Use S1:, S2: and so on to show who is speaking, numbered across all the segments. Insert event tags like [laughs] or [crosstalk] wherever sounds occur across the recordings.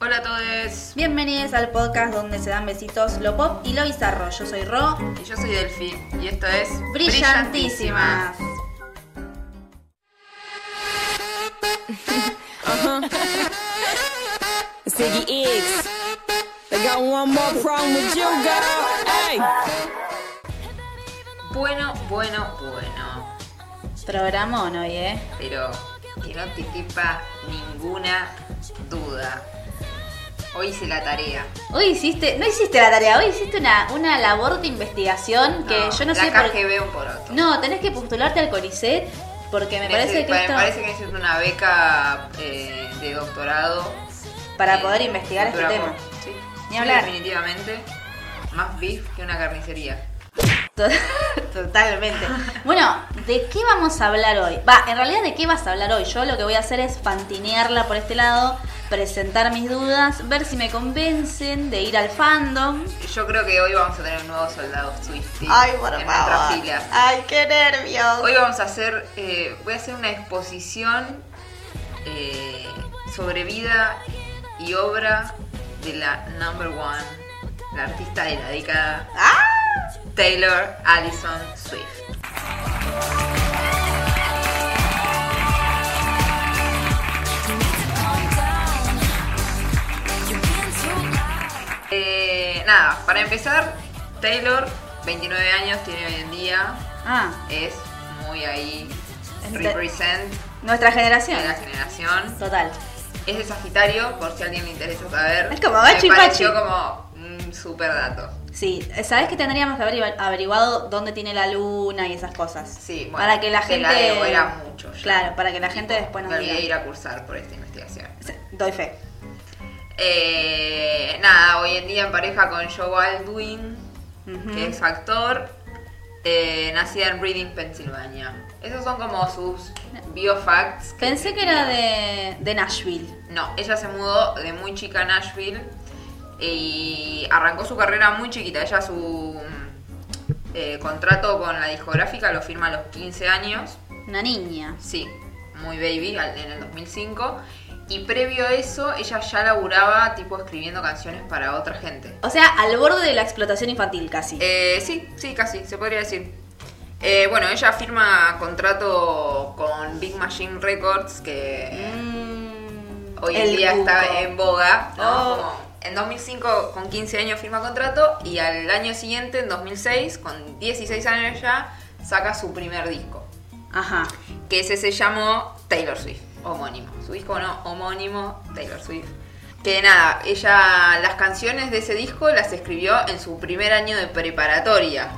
S1: a todos.
S2: Bienvenidos al podcast donde se dan besitos lo pop y lo bizarro. Yo soy Ro.
S1: Y yo soy Delphi y esto es
S2: Brillantísimas.
S3: [laughs] Ziggy Uh-huh. X. They got one more problem with you, girl. Hey.
S1: Bueno, bueno, bueno.
S2: Programón hoy, ¿eh?
S1: Pero que no te quepa ninguna duda. Hoy hice la tarea.
S2: Hoy hiciste, no hiciste la tarea, hoy hiciste una, una labor de investigación que
S1: No,
S2: yo no
S1: la
S2: sé por
S1: KGB
S2: qué.
S1: un poroto.
S2: No, tenés que postularte al CONICET porque me parece
S1: Necesito-
S2: que
S1: me
S2: esto
S1: parece que necesito una beca eh, de doctorado.
S2: para
S1: en
S2: poder investigar este
S1: cultura
S2: tema.
S1: pop. Sí.
S2: Ni
S1: Sí,
S2: hablar.
S1: Definitivamente. Más beef que una carnicería.
S2: [laughs] To- Totalmente.
S1: [laughs]
S2: Bueno, ¿de qué vamos a hablar hoy? Va, en realidad, ¿de qué vas a hablar hoy? Yo lo que voy a hacer es fantinearla por este lado, presentar mis dudas, ver si me convencen de ir al fandom.
S1: Yo creo que hoy vamos a tener nuevos soldados Swifty en nuestras filas.
S2: Ay, qué nervios.
S1: Hoy vamos a hacer, eh, voy a hacer una exposición eh, sobre vida y obra de la number one, la artista de la década, Taylor Allison Swift. Eh, nada, para empezar, Taylor, 29 años tiene hoy en día,
S2: Ah,
S1: es muy ahí
S2: Es de-
S1: represent
S2: nuestra
S1: de
S2: generación.
S1: la generación.
S2: Total.
S1: Es de Sagitario, por si a alguien le interesa saber.
S2: Es como Bachi
S1: Me pareció
S2: Pachi.
S1: como un super dato.
S2: Sí, sabes que tendríamos que haber averiguado dónde tiene la luna y esas cosas.
S1: Sí, bueno,
S2: para que la
S1: te
S2: gente
S1: la debo, era mucho ya.
S2: Claro, para que la gente
S1: Tipo,
S2: después
S1: me
S2: nos
S1: olvidé de ir
S2: diga.
S1: a cursar por esta investigación.
S2: Sí, Doy fe.
S1: Eh, nada, hoy en día en pareja con Joe Baldwin,
S2: Ujú.
S1: que es actor, eh, nacida en Reading, Pensilvania. Esos son como sus biofacts.
S2: Pensé que era de, de Nashville.
S1: No, ella se mudó de muy chica a Nashville y arrancó su carrera muy chiquita. Ella su mm, eh, contrato con la discográfica lo firma a los 15 años.
S2: Una niña.
S1: Sí, muy baby, al- en el 2005. Y previo a eso, ella ya laburaba tipo escribiendo canciones para otra gente.
S2: O sea, al borde de la explotación infantil casi.
S1: Eh, sí, sí, casi, se podría decir. Eh, bueno, ella firma contrato con Big Machine Records, que
S2: Mm,
S1: hoy en
S2: el
S1: día
S2: cuco.
S1: está en boga. ¿no?
S2: Oh.
S1: Como en 2005 con 15 años firma contrato y al año siguiente, en 2006, con 16 años ya, saca su primer disco,
S2: Ajá.
S1: que ese se llamó Taylor Swift, homónimo. Su disco no, homónimo Taylor Swift. Que nada, ella las canciones de ese disco las escribió en su primer año de preparatoria.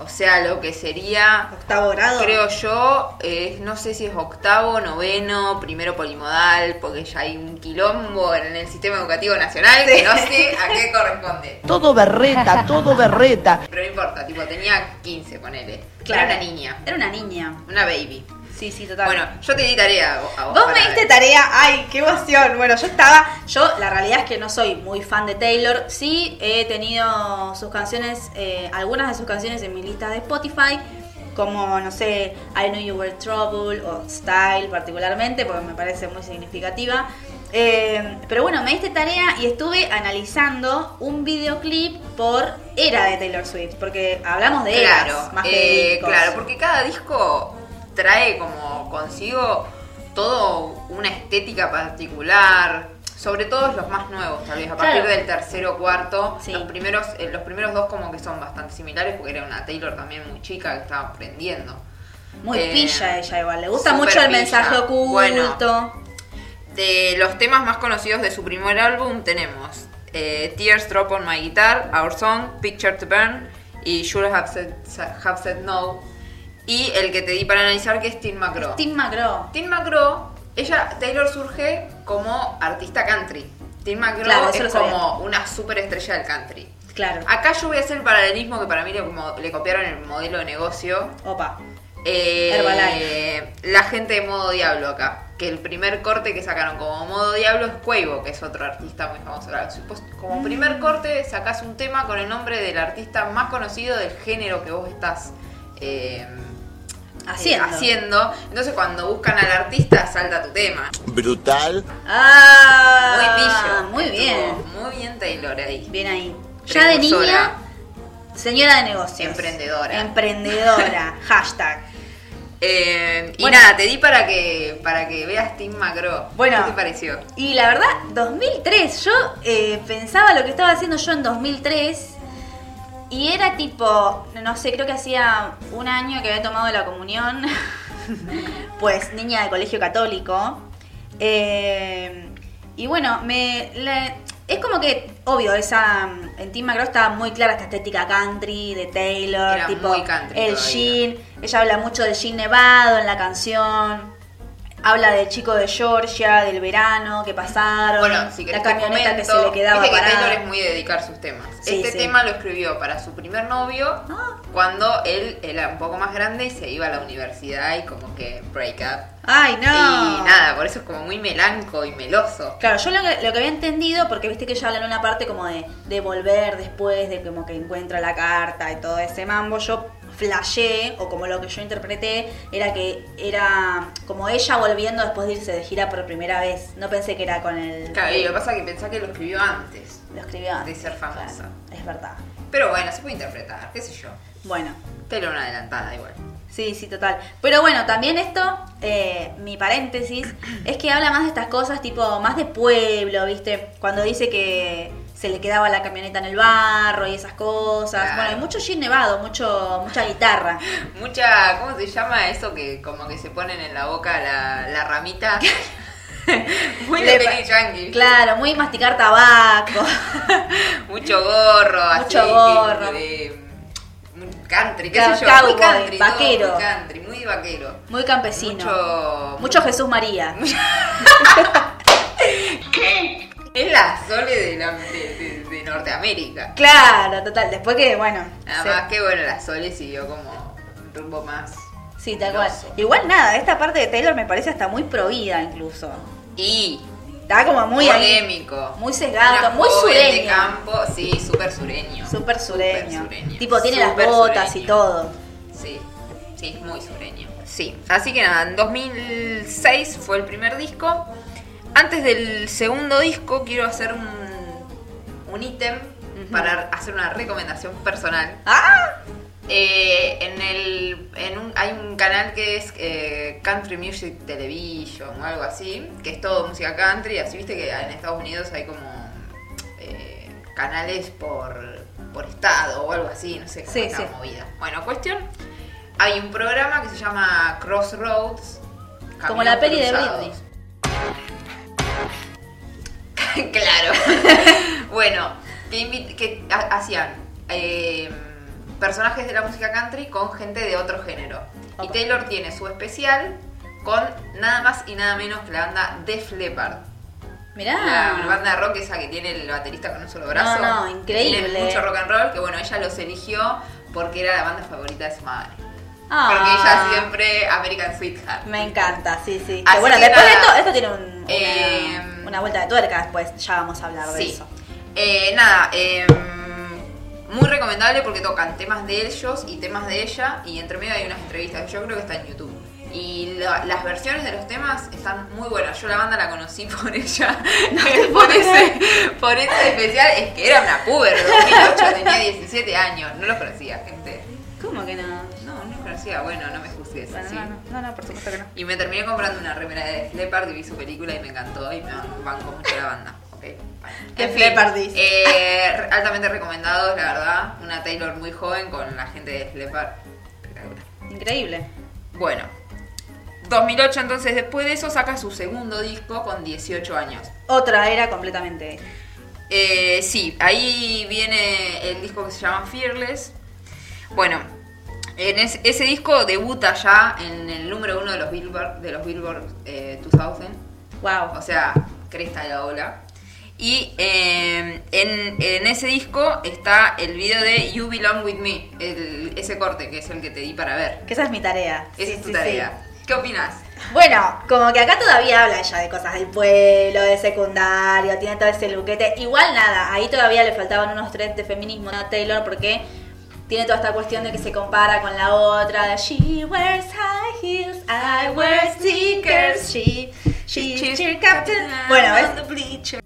S1: O sea, lo que sería
S2: Octavo grado.
S1: Creo yo, eh, no sé si es octavo, noveno, primero polimodal, porque ya hay un quilombo en el sistema educativo nacional que no sé a qué corresponde.
S4: Todo berreta, todo berreta.
S1: Pero no importa, tipo, tenía 15, ponele.
S2: Claro.
S1: Era una niña,
S2: Era una niña.
S1: una baby.
S2: Sí, sí, total.
S1: Bueno, yo te di tarea a vos. a vos
S2: Vos
S1: para
S2: me diste
S1: ver.
S2: tarea, ay, qué emoción. Bueno, yo estaba, yo la realidad es que no soy muy fan de Taylor. Sí, he tenido sus canciones, eh, algunas de sus canciones en mi lista de Spotify, como, no sé, I Knew You Were Trouble o Style particularmente, porque me parece muy significativa. Eh, pero bueno, me diste tarea y estuve analizando un videoclip por era de Taylor Swift, porque hablamos de eras
S1: Claro,
S2: más que de
S1: eh,
S2: discos.
S1: claro, porque cada disco trae como consigo todo una estética particular, sobre todo los más nuevos, tal vez a
S2: Claro.
S1: partir del tercero cuarto,
S2: Sí.
S1: los primeros eh, los primeros dos como que son bastante similares porque era una Taylor también muy chica que estaba aprendiendo.
S2: Muy
S1: eh,
S2: pilla ella igual, le gusta
S1: súper
S2: mucho el
S1: pilla.
S2: mensaje oculto.
S1: Bueno, De los temas más conocidos de su primer álbum tenemos eh, Tears Drop on My Guitar, Our Song, Picture to Burn y Should Have Said, Have Said No. Y el que te di para analizar que es Tim McGraw.
S2: Tim McGraw.
S1: Tim McGraw, ella, Taylor surge como artista country. Tim McGraw
S2: Claro, eso
S1: es
S2: lo sabía.
S1: como una superestrella del country.
S2: Claro.
S1: Acá yo voy a hacer el paralelismo que para mí le, como- le copiaron el modelo de negocio.
S2: Opa.
S1: Eh,
S2: Herbalife.
S1: La gente de Modo Diablo acá. Que el primer corte que sacaron como Modo Diablo es Cuevo, que es otro artista muy famoso. Ahora, supos- Como
S2: Mm.
S1: primer corte sacás un tema con el nombre del artista más conocido del género que vos estás eh,
S2: Haciendo.
S1: haciendo. Entonces cuando buscan al artista salta tu tema.
S5: brutal,
S2: Ah,
S1: muy pillo.
S2: Muy bien.
S1: Estuvo Muy bien Taylor ahí.
S2: Bien ahí. Ya de niña,
S1: Precursora.
S2: señora de negocios.
S1: Emprendedora. [laughs]
S2: Emprendedora. Hashtag.
S1: Eh, y
S2: Bueno.
S1: nada, te di para que para que veas Tim Macro.
S2: Bueno.
S1: ¿Qué te pareció?
S2: Y la verdad, 2003, yo eh, pensaba lo que estaba haciendo yo en 2003 y era tipo, no sé, creo que hacía un año que había tomado la comunión, [laughs] pues niña de colegio católico. Eh, y bueno, me la- es como que, obvio, esa mm, en Tim McGraw estaba muy clara esta estética country de Taylor,
S1: Era
S2: tipo
S1: muy country
S2: el
S1: todavía.
S2: jean, ella habla mucho del jean nevado en la canción. Habla del chico de Georgia, del verano que pasaron,
S1: Bueno, si querés
S2: la
S1: te
S2: camioneta que se
S1: comento.
S2: le quedaba
S1: Viste que
S2: parada.
S1: Taylor es muy de dedicar sus temas.
S2: Sí,
S1: este
S2: sí.
S1: tema lo escribió para su primer novio
S2: Ah.
S1: cuando él era un poco más grande y se iba a la universidad y como que break up.
S2: Ay, no.
S1: Y nada, por eso es como muy melanco y meloso.
S2: Claro, yo lo que, lo que había entendido, porque viste que ella habla en una parte como de, de volver después, de como que encuentra la carta y todo ese mambo, yo flashé, o como lo que yo interpreté, era que era como ella volviendo después de irse de gira por primera vez. No pensé que era con el...
S1: Claro, y lo que pasa es que pensá que lo escribió antes.
S2: Lo escribió antes.
S1: ser famosa.
S2: Claro, es verdad.
S1: Pero bueno, se puede interpretar, qué sé yo.
S2: Bueno,
S1: Pero una adelantada igual. [laughs]
S2: Sí, sí, total. Pero bueno, también esto, eh, mi paréntesis, es que habla más de estas cosas tipo más de pueblo, ¿viste? Cuando dice que se le quedaba la camioneta en el barro y esas cosas.
S1: Claro.
S2: Bueno, hay mucho jean nevado, mucho, mucha guitarra.
S1: Mucha, ¿cómo se llama eso que como que se ponen en la boca la, la
S2: [laughs]
S1: ramita? [laughs] Muy de
S2: Le pa-
S1: Penny Yankee.
S2: Claro, muy masticar tabaco. [laughs]
S1: Mucho gorro, así.
S2: Mucho gorro.
S1: De, de- muy country, qué
S2: Claro,
S1: sé yo. Muy
S2: cowboy,
S1: country, todo,
S2: vaquero.
S1: muy country, muy vaquero.
S2: Muy campesino.
S1: Mucho-
S2: Mucho
S1: [laughs]
S2: Jesús María.
S1: Es la Sole de, la- de- de- de Norteamérica.
S2: Claro, total. Después que, bueno.
S1: Nada
S2: se-
S1: más que bueno, la Sole siguió como un rumbo más.
S2: Sí, tal cual.
S1: grosso.
S2: Igual nada, esta parte de Taylor me parece hasta muy prohibida incluso.
S1: Y
S2: Está como muy ahí.
S1: polémico.
S2: muy sesgado,
S1: Una
S2: muy
S1: joven de
S2: sureño.
S1: campo, sí, súper sureño.
S2: Súper sureño.
S1: Súper sureño.
S2: Tipo, tiene
S1: Súper
S2: las botas
S1: sureño.
S2: y todo.
S1: Sí, sí, es muy sureño. Sí, así que nada, en 2006 fue el primer disco. Antes del segundo disco quiero hacer un, un ítem para hacer una recomendación personal.
S2: ¡Ah!
S1: Eh, en el, en un- hay un canal que es eh, Country Music Television o algo así, que es todo música country. Así viste que en Estados Unidos hay como eh, canales por, por estado o algo así, no sé cómo
S2: Sí,
S1: está
S2: sí.
S1: movida. Bueno, cuestión: hay un programa que se llama Crossroads.
S2: Como la
S1: Caminos
S2: peli de
S1: Cruzados.
S2: Britney.
S1: [laughs] claro. bueno, que, invi- que ha- hacían eh, personajes de la música country con gente de otro género. Y
S2: Ok.
S1: Taylor tiene su especial con nada más y nada menos que la banda Def Leppard.
S2: Mirá.
S1: La banda de rock esa que tiene el baterista con un solo brazo.
S2: Ah. No, no, increíble.
S1: Tiene mucho rock and roll, que bueno, ella los eligió porque era la banda favorita de su madre.
S2: Ah.
S1: Porque ella siempre American Sweetheart.
S2: Me encanta, sí, sí.
S1: Así
S2: Que bueno,
S1: que
S2: después de
S1: nada.
S2: esto, esto tiene un- una,
S1: Eh,
S2: una vuelta de tuerca después. Ya vamos a hablar de eso.
S1: Eh, nada, eh, muy recomendable porque tocan temas de ellos y temas de ella y entre medio hay unas entrevistas, yo creo que está en YouTube. Y la- las versiones de los temas están muy buenas. Yo la banda la conocí [laughs] por ella. [laughs] por, ese, por ese especial. Es que era una puber. 2008 tenía 17 años. No los conocía, gente.
S2: ¿Cómo que no?
S1: No, no los conocía. Bueno, no me juzgues.
S2: Bueno,
S1: ¿sí?
S2: no, no, no, no, por supuesto que no.
S1: Y me terminé comprando una remera de Def Leppard y vi su película y me encantó y me banco mucho la banda. Ok, bueno.
S2: Def Leppard dice.
S1: eh, re- altamente recomendados, la verdad. Una Taylor muy joven con la gente de Def Leppard. Espectacular.
S2: Increíble.
S1: Bueno, 2008 entonces, después de eso saca su segundo disco con 18 años.
S2: Otra era completamente.
S1: Eh, sí, ahí viene el disco que se llama Fearless. Bueno, en es- ese disco debuta ya en el número uno de los Billboard, de los Billboard eh, 2000.
S2: Wow.
S1: o sea, cresta de la ola. Y eh, en, en ese disco está el video de You Belong With Me, el- ese corte que es el que te di para ver.
S2: Que esa es mi tarea.
S1: Esa
S2: Sí,
S1: es tu
S2: sí,
S1: tarea. ¿Qué opinas?
S2: sí. Bueno, como que acá todavía habla ella de cosas del pueblo, de secundario, tiene todo ese luquete. Igual nada, ahí todavía le faltaban unos tres de feminismo a Taylor porque tiene toda esta cuestión de que se compara con la otra, de she wears high heels, I wear sneakers, she, she's cheer captain. Bueno, ¿ves?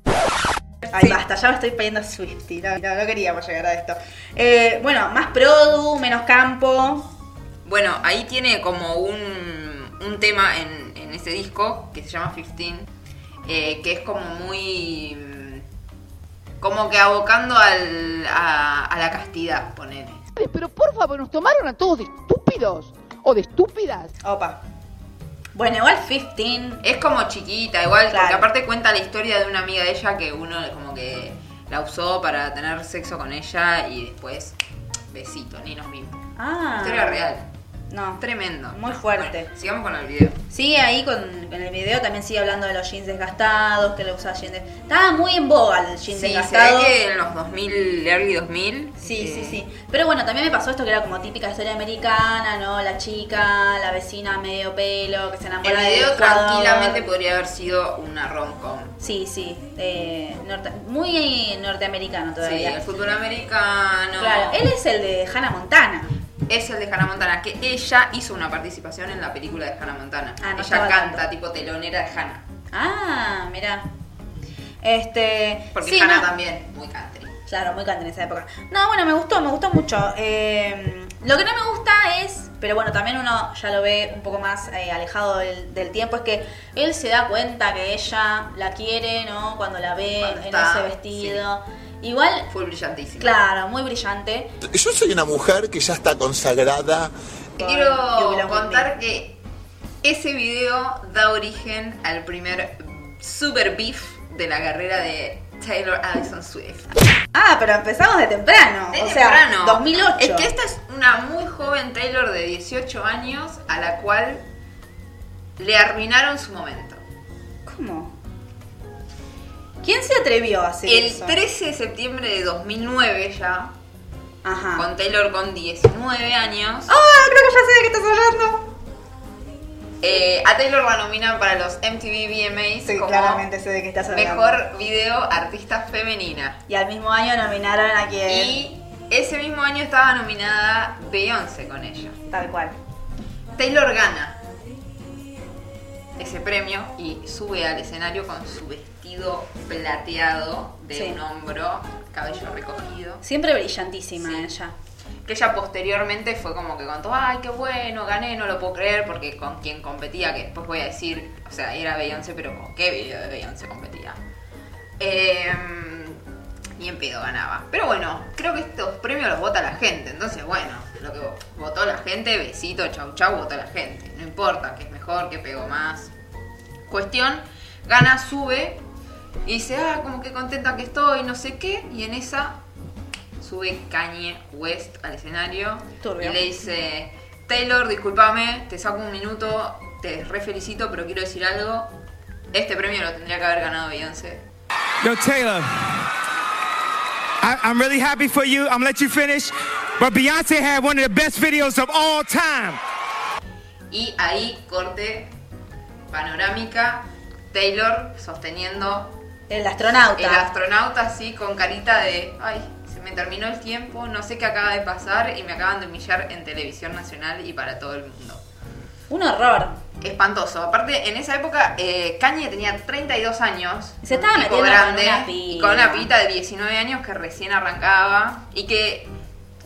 S2: Ay, basta, ya me estoy poniendo Swifty. No, no, no queríamos llegar a esto. Eh, bueno, más produ, menos campo.
S1: Bueno, ahí tiene como un, un tema en, en ese disco que se llama 15, eh, que es como muy. mm, como que abocando al- a, a la castidad, ponele.
S5: Pero por favor, nos tomaron a todos de estúpidos o de estúpidas.
S2: Opa. Bueno, igual 15.
S1: Es como chiquita, igual, porque
S2: Claro.
S1: aparte cuenta la historia de una amiga de ella que uno como que la usó para tener sexo con ella y después besito, ni nos vimos.
S2: Ah.
S1: Historia real.
S2: No.
S1: Tremendo.
S2: Muy fuerte.
S1: Bueno, sigamos con el video.
S2: Sigue ahí con, en el video, también sigue hablando de los jeans desgastados, que lo usaba jeans de- Estaba muy en boga el jean
S1: Sí, se ve
S2: desgastado.
S1: que en los 2000, early 2000.
S2: Sí,
S1: eh,
S2: sí, sí. Pero bueno, también me pasó esto que era como típica historia americana, ¿no? La chica, la vecina medio pelo, que se
S1: El
S2: enamora del
S1: video
S2: dejador.
S1: tranquilamente podría haber sido una rom-com.
S2: Sí, sí. eh, norte- muy norteamericano
S1: Sí,
S2: todavía.
S1: el futuro americano.
S2: Claro, él es el de Hannah Montana.
S1: es el de Hannah Montana, que ella hizo una participación en la película de Hannah Montana.
S2: Ah, no
S1: ella
S2: estaba
S1: canta,
S2: tanto.
S1: tipo telonera de Hannah.
S2: Ah, mirá. Este.
S1: Porque
S2: sí,
S1: Hannah
S2: no.
S1: también, muy country.
S2: Claro, muy cantante en esa época. No, bueno, me gustó, me gustó mucho. Eh, lo que no me gusta es, pero bueno, también uno ya lo ve un poco más eh, alejado del, del tiempo, es que él se da cuenta que ella la quiere, ¿no? Cuando la ve
S1: Cuando
S2: en
S1: está,
S2: ese vestido. Igual,
S1: Fue brillantísimo.
S2: claro, muy brillante.
S6: Yo soy una mujer que ya está consagrada.
S1: Te
S2: Con
S1: quiero
S2: Yubilon
S1: contar que ese video da origen al primer super beef de la carrera de Taylor Allison Swift.
S2: Ah, pero empezamos de temprano.
S1: De
S2: o
S1: temprano.
S2: sea, 2008.
S1: Es que esta es una muy joven Taylor de 18 años a la cual le arruinaron su momento.
S2: ¿Cómo? ¿Quién se atrevió a hacer
S1: El
S2: eso?
S1: 13 de septiembre de 2009 ya,
S2: Ajá.
S1: con Taylor con 19 años,
S2: Ah, creo que ya sé de qué estás hablando.
S1: eh, a Taylor la nominan para los MTV VMAs
S2: Sí,
S1: como
S2: claramente sé de qué estás hablando.
S1: Mejor Video Artista Femenina.
S2: Y al mismo año nominaron a quien.
S1: Y ese mismo año estaba nominada Beyoncé con ella.
S2: Tal cual.
S1: Taylor gana ese premio y sube al escenario con su vestido plateado de
S2: Sí.
S1: un hombro, cabello recogido.
S2: Siempre brillantísima
S1: Sí.
S2: ella.
S1: Que ella posteriormente fue como que contó, ay, qué bueno, gané, no lo puedo creer, porque con quien competía, que después voy a decir, o sea, era Beyoncé, pero con qué video de Beyoncé competía. Em, Ni en pedo ganaba. Pero bueno, creo que estos premios los vota la gente, entonces bueno, lo que votó la gente, besito, chau chau, votó la gente. No importa que es mejor, que pegó más. Cuestión, gana, sube y dice, ah, como que contenta que estoy, no sé qué, y en esa sube Kanye West al escenario
S2: Turbio.
S1: y le dice, Taylor, discúlpame, te saco un minuto, te refelicito, pero quiero decir algo. Este premio lo tendría que haber ganado Beyoncé.
S7: Yo, Taylor, I, I'm really happy for you. I'm gonna let you finish. But Beyonce had one of the best videos of all time.
S1: Y ahí corte panorámica, Taylor sosteniendo
S2: El astronauta.
S1: el astronauta así con carita de, ay, se me terminó el tiempo, no sé qué acaba de pasar y me acaban de humillar en televisión nacional y para todo el mundo.
S2: Un horror.
S1: Espantoso. Aparte, en esa época, eh, Kanye tenía 32 años.
S2: Se
S1: un
S2: estaba
S1: tipo
S2: metiendo con
S1: grande,
S2: una piba.
S1: y Con una pita de 19 años que recién arrancaba. Y que.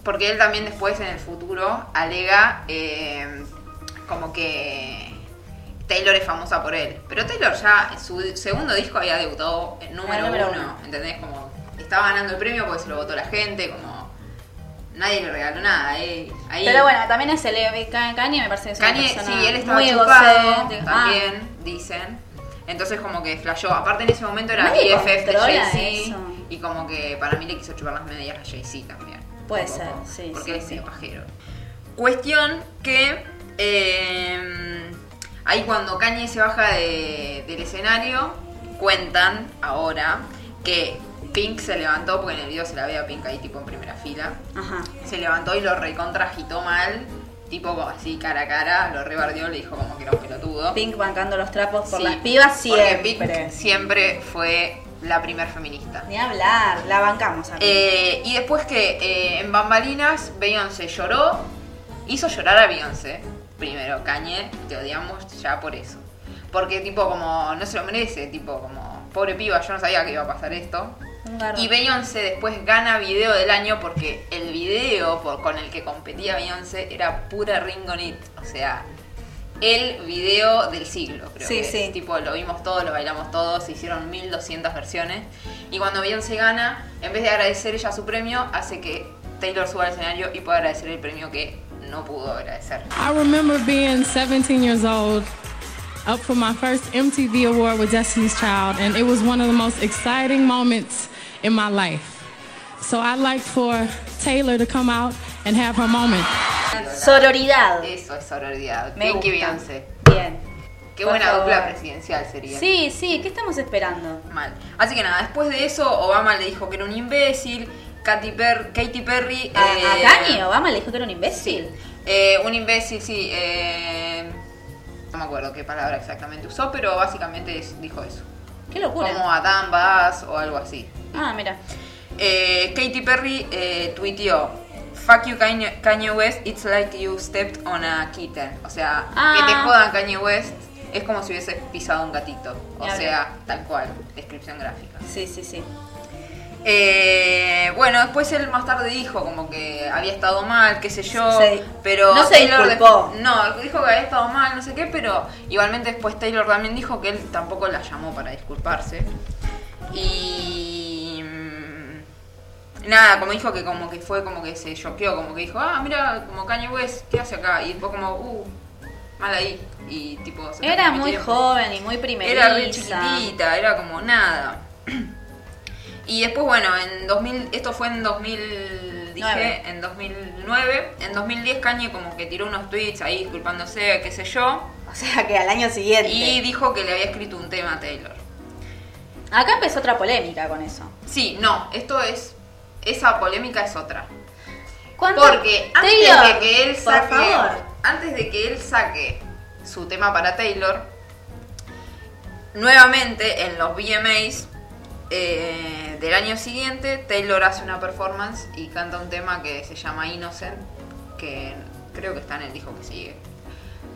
S1: Porque él también después, en el futuro, alega eh, como que. Taylor es famosa por él. Pero Taylor ya en su segundo disco había debutado en número,
S2: Ah, número
S1: uno,
S2: uno.
S1: ¿Entendés? Como estaba ganando el premio porque se lo votó la gente, como. Nadie le regaló nada, eh. Ahí-
S2: Pero bueno, también es el eh, Ka- Kanye, me parece que es una
S1: Kanye,
S2: persona
S1: sí, él estaba
S2: muy
S1: chupado
S2: egocéntrica. Ah,
S1: también, dicen. Entonces como que flashó. Aparte en ese momento era
S2: Nadie
S1: BFF de
S2: controla
S1: Jay-Z.
S2: eso.
S1: Y como que para mí le quiso chupar las medias a Jay-Z también.
S2: Puede
S1: Un poco,
S2: ser, sí,
S1: Porque
S2: sí,
S1: él es
S2: sí.
S1: medio pajero. Cuestión que... eh, ahí cuando Kanye se baja de- del escenario, cuentan ahora que Pink se levantó, porque en el video se la ve a Pink ahí tipo en primera fila
S2: Ajá.
S1: se levantó y lo recontragitó mal, tipo como así cara a cara, lo rebardeó, le dijo como que era un pelotudo.
S2: Pink bancando los trapos por
S1: Sí,
S2: las pibas
S1: porque Pink
S2: siempre.
S1: siempre fue la primer feminista.
S2: Ni hablar, la bancamos. amigo.
S1: Eh, y después que eh, en Bambalinas Beyoncé lloró, hizo llorar a Beyoncé. Primero, Kanye, te odiamos ya por eso. Porque tipo como no se lo merece, tipo como pobre piba, yo no sabía que iba a pasar esto.
S2: Un garrón.
S1: Y Beyoncé después gana video del año porque el video por- con el que competía Beyoncé era pura Ringonit, o sea, el video del siglo, creo
S2: Sí,
S1: que
S2: sí.
S1: es. Tipo, lo vimos todos, lo bailamos todos, se hicieron 1200 versiones. Y cuando Beyoncé gana, en vez de agradecer ella su premio, hace que Taylor suba al escenario y pueda agradecer el premio que no pudo agradecer.
S8: I remember being 17 years old, up for my first MTV award with Destiny's Child, and it was one of the most exciting moments in my life. So I'd like for Taylor to come out and have her moment.
S2: Sororidad.
S1: Eso es sororidad.
S2: Me
S1: Thank you,
S2: gusta.
S1: Beyoncé.
S2: Bien.
S1: Qué
S2: Por
S1: buena
S2: favor.
S1: dupla presidencial sería.
S2: Sí, sí, ¿qué estamos esperando?
S1: Mal. Así que nada, después de eso, Obama le dijo que era un imbécil. Katy Per- Katy Perry.
S2: A, a
S1: eh,
S2: Kanye Obama le dijo que era un imbécil.
S1: eh, un imbécil, sí. eh, no me acuerdo qué palabra exactamente usó, pero básicamente es- dijo eso.
S2: Qué locura.
S1: Como Adam Bass o algo así.
S2: Ah, mira.
S1: Eh, Katy Perry eh, tuiteó. Fuck you Kanye Kanye West, it's like you stepped on a kitten. O sea,
S2: Ah.
S1: que te jodan Kanye West es como si hubieses pisado un gatito. O
S2: Ya veo.
S1: sea, tal cual, descripción gráfica.
S2: Sí, sí, sí.
S1: Eh, bueno, después él más tarde dijo como que había estado mal, qué sé yo,
S2: Se-
S1: pero
S2: no se
S1: de-
S2: disculpó.
S1: no, dijo que había estado mal, no sé qué, pero igualmente después Taylor también dijo que él tampoco la llamó para disculparse. Y mm, nada, como dijo que como que fue como que se choqueó, como que dijo, "Ah, mira, como Kanye West, ¿qué hace acá?" y fue como, "Uh, mal ahí." Y tipo se
S2: Era
S1: terminó
S2: muy
S1: metiendo-
S2: joven y muy primeriza.
S1: era re chiquitita, era como nada. Y después, bueno, en 2000, esto fue en 2000, dije,
S2: Nueve.
S1: en 2009. En 2010 Kanye como que tiró unos tweets ahí disculpándose, qué sé yo.
S2: O sea que al año siguiente.
S1: Y dijo que le había escrito un tema a Taylor.
S2: Acá empezó otra polémica con eso.
S1: Sí, no, esto es, esa polémica es otra.
S2: ¿Cuánto-
S1: Porque antes
S2: Taylor,
S1: de que él
S2: por
S1: saque,
S2: favor.
S1: antes de que él saque su tema para Taylor, nuevamente en los VMAs eh, del año siguiente, Taylor hace una performance y canta un tema que se llama Innocent, que creo que está en el disco que sigue.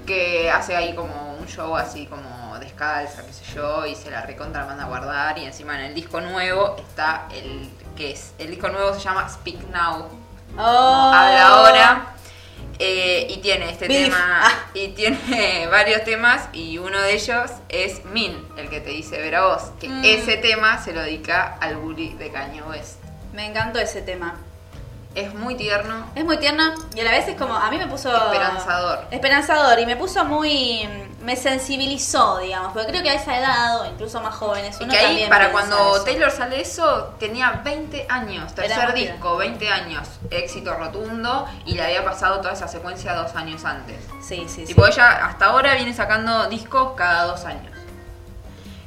S1: Que hace ahí como un show así como descalza, qué sé yo, y se la recontra manda a guardar. Y encima en el disco nuevo está el que es. El disco nuevo se llama Speak Now,
S2: Oh.
S1: habla ahora. eh, y tiene este
S2: Beef.
S1: tema.
S2: Ah.
S1: Y tiene [laughs] varios temas. Y uno de ellos es Min, el que te dice ver a vos. Que
S2: Mm.
S1: ese tema se lo dedica al bully de Caño West.
S2: Me encantó ese tema.
S1: Es muy tierno.
S2: Es muy tierno y a la vez es como. A mí me puso.
S1: Esperanzador.
S2: Esperanzador y me puso muy. Me sensibilizó, digamos. Porque creo que a esa edad, o incluso más jóvenes,
S1: Y
S2: uno
S1: que ahí,
S2: también
S1: para
S2: piensa
S1: cuando
S2: eso.
S1: Taylor sale eso, tenía 20 años. Tercer
S2: Era muy
S1: disco, 20 años. Éxito rotundo. Y le había pasado toda esa secuencia dos años antes.
S2: Sí, sí, sí.
S1: Tipo, ella hasta ahora viene sacando discos cada dos años.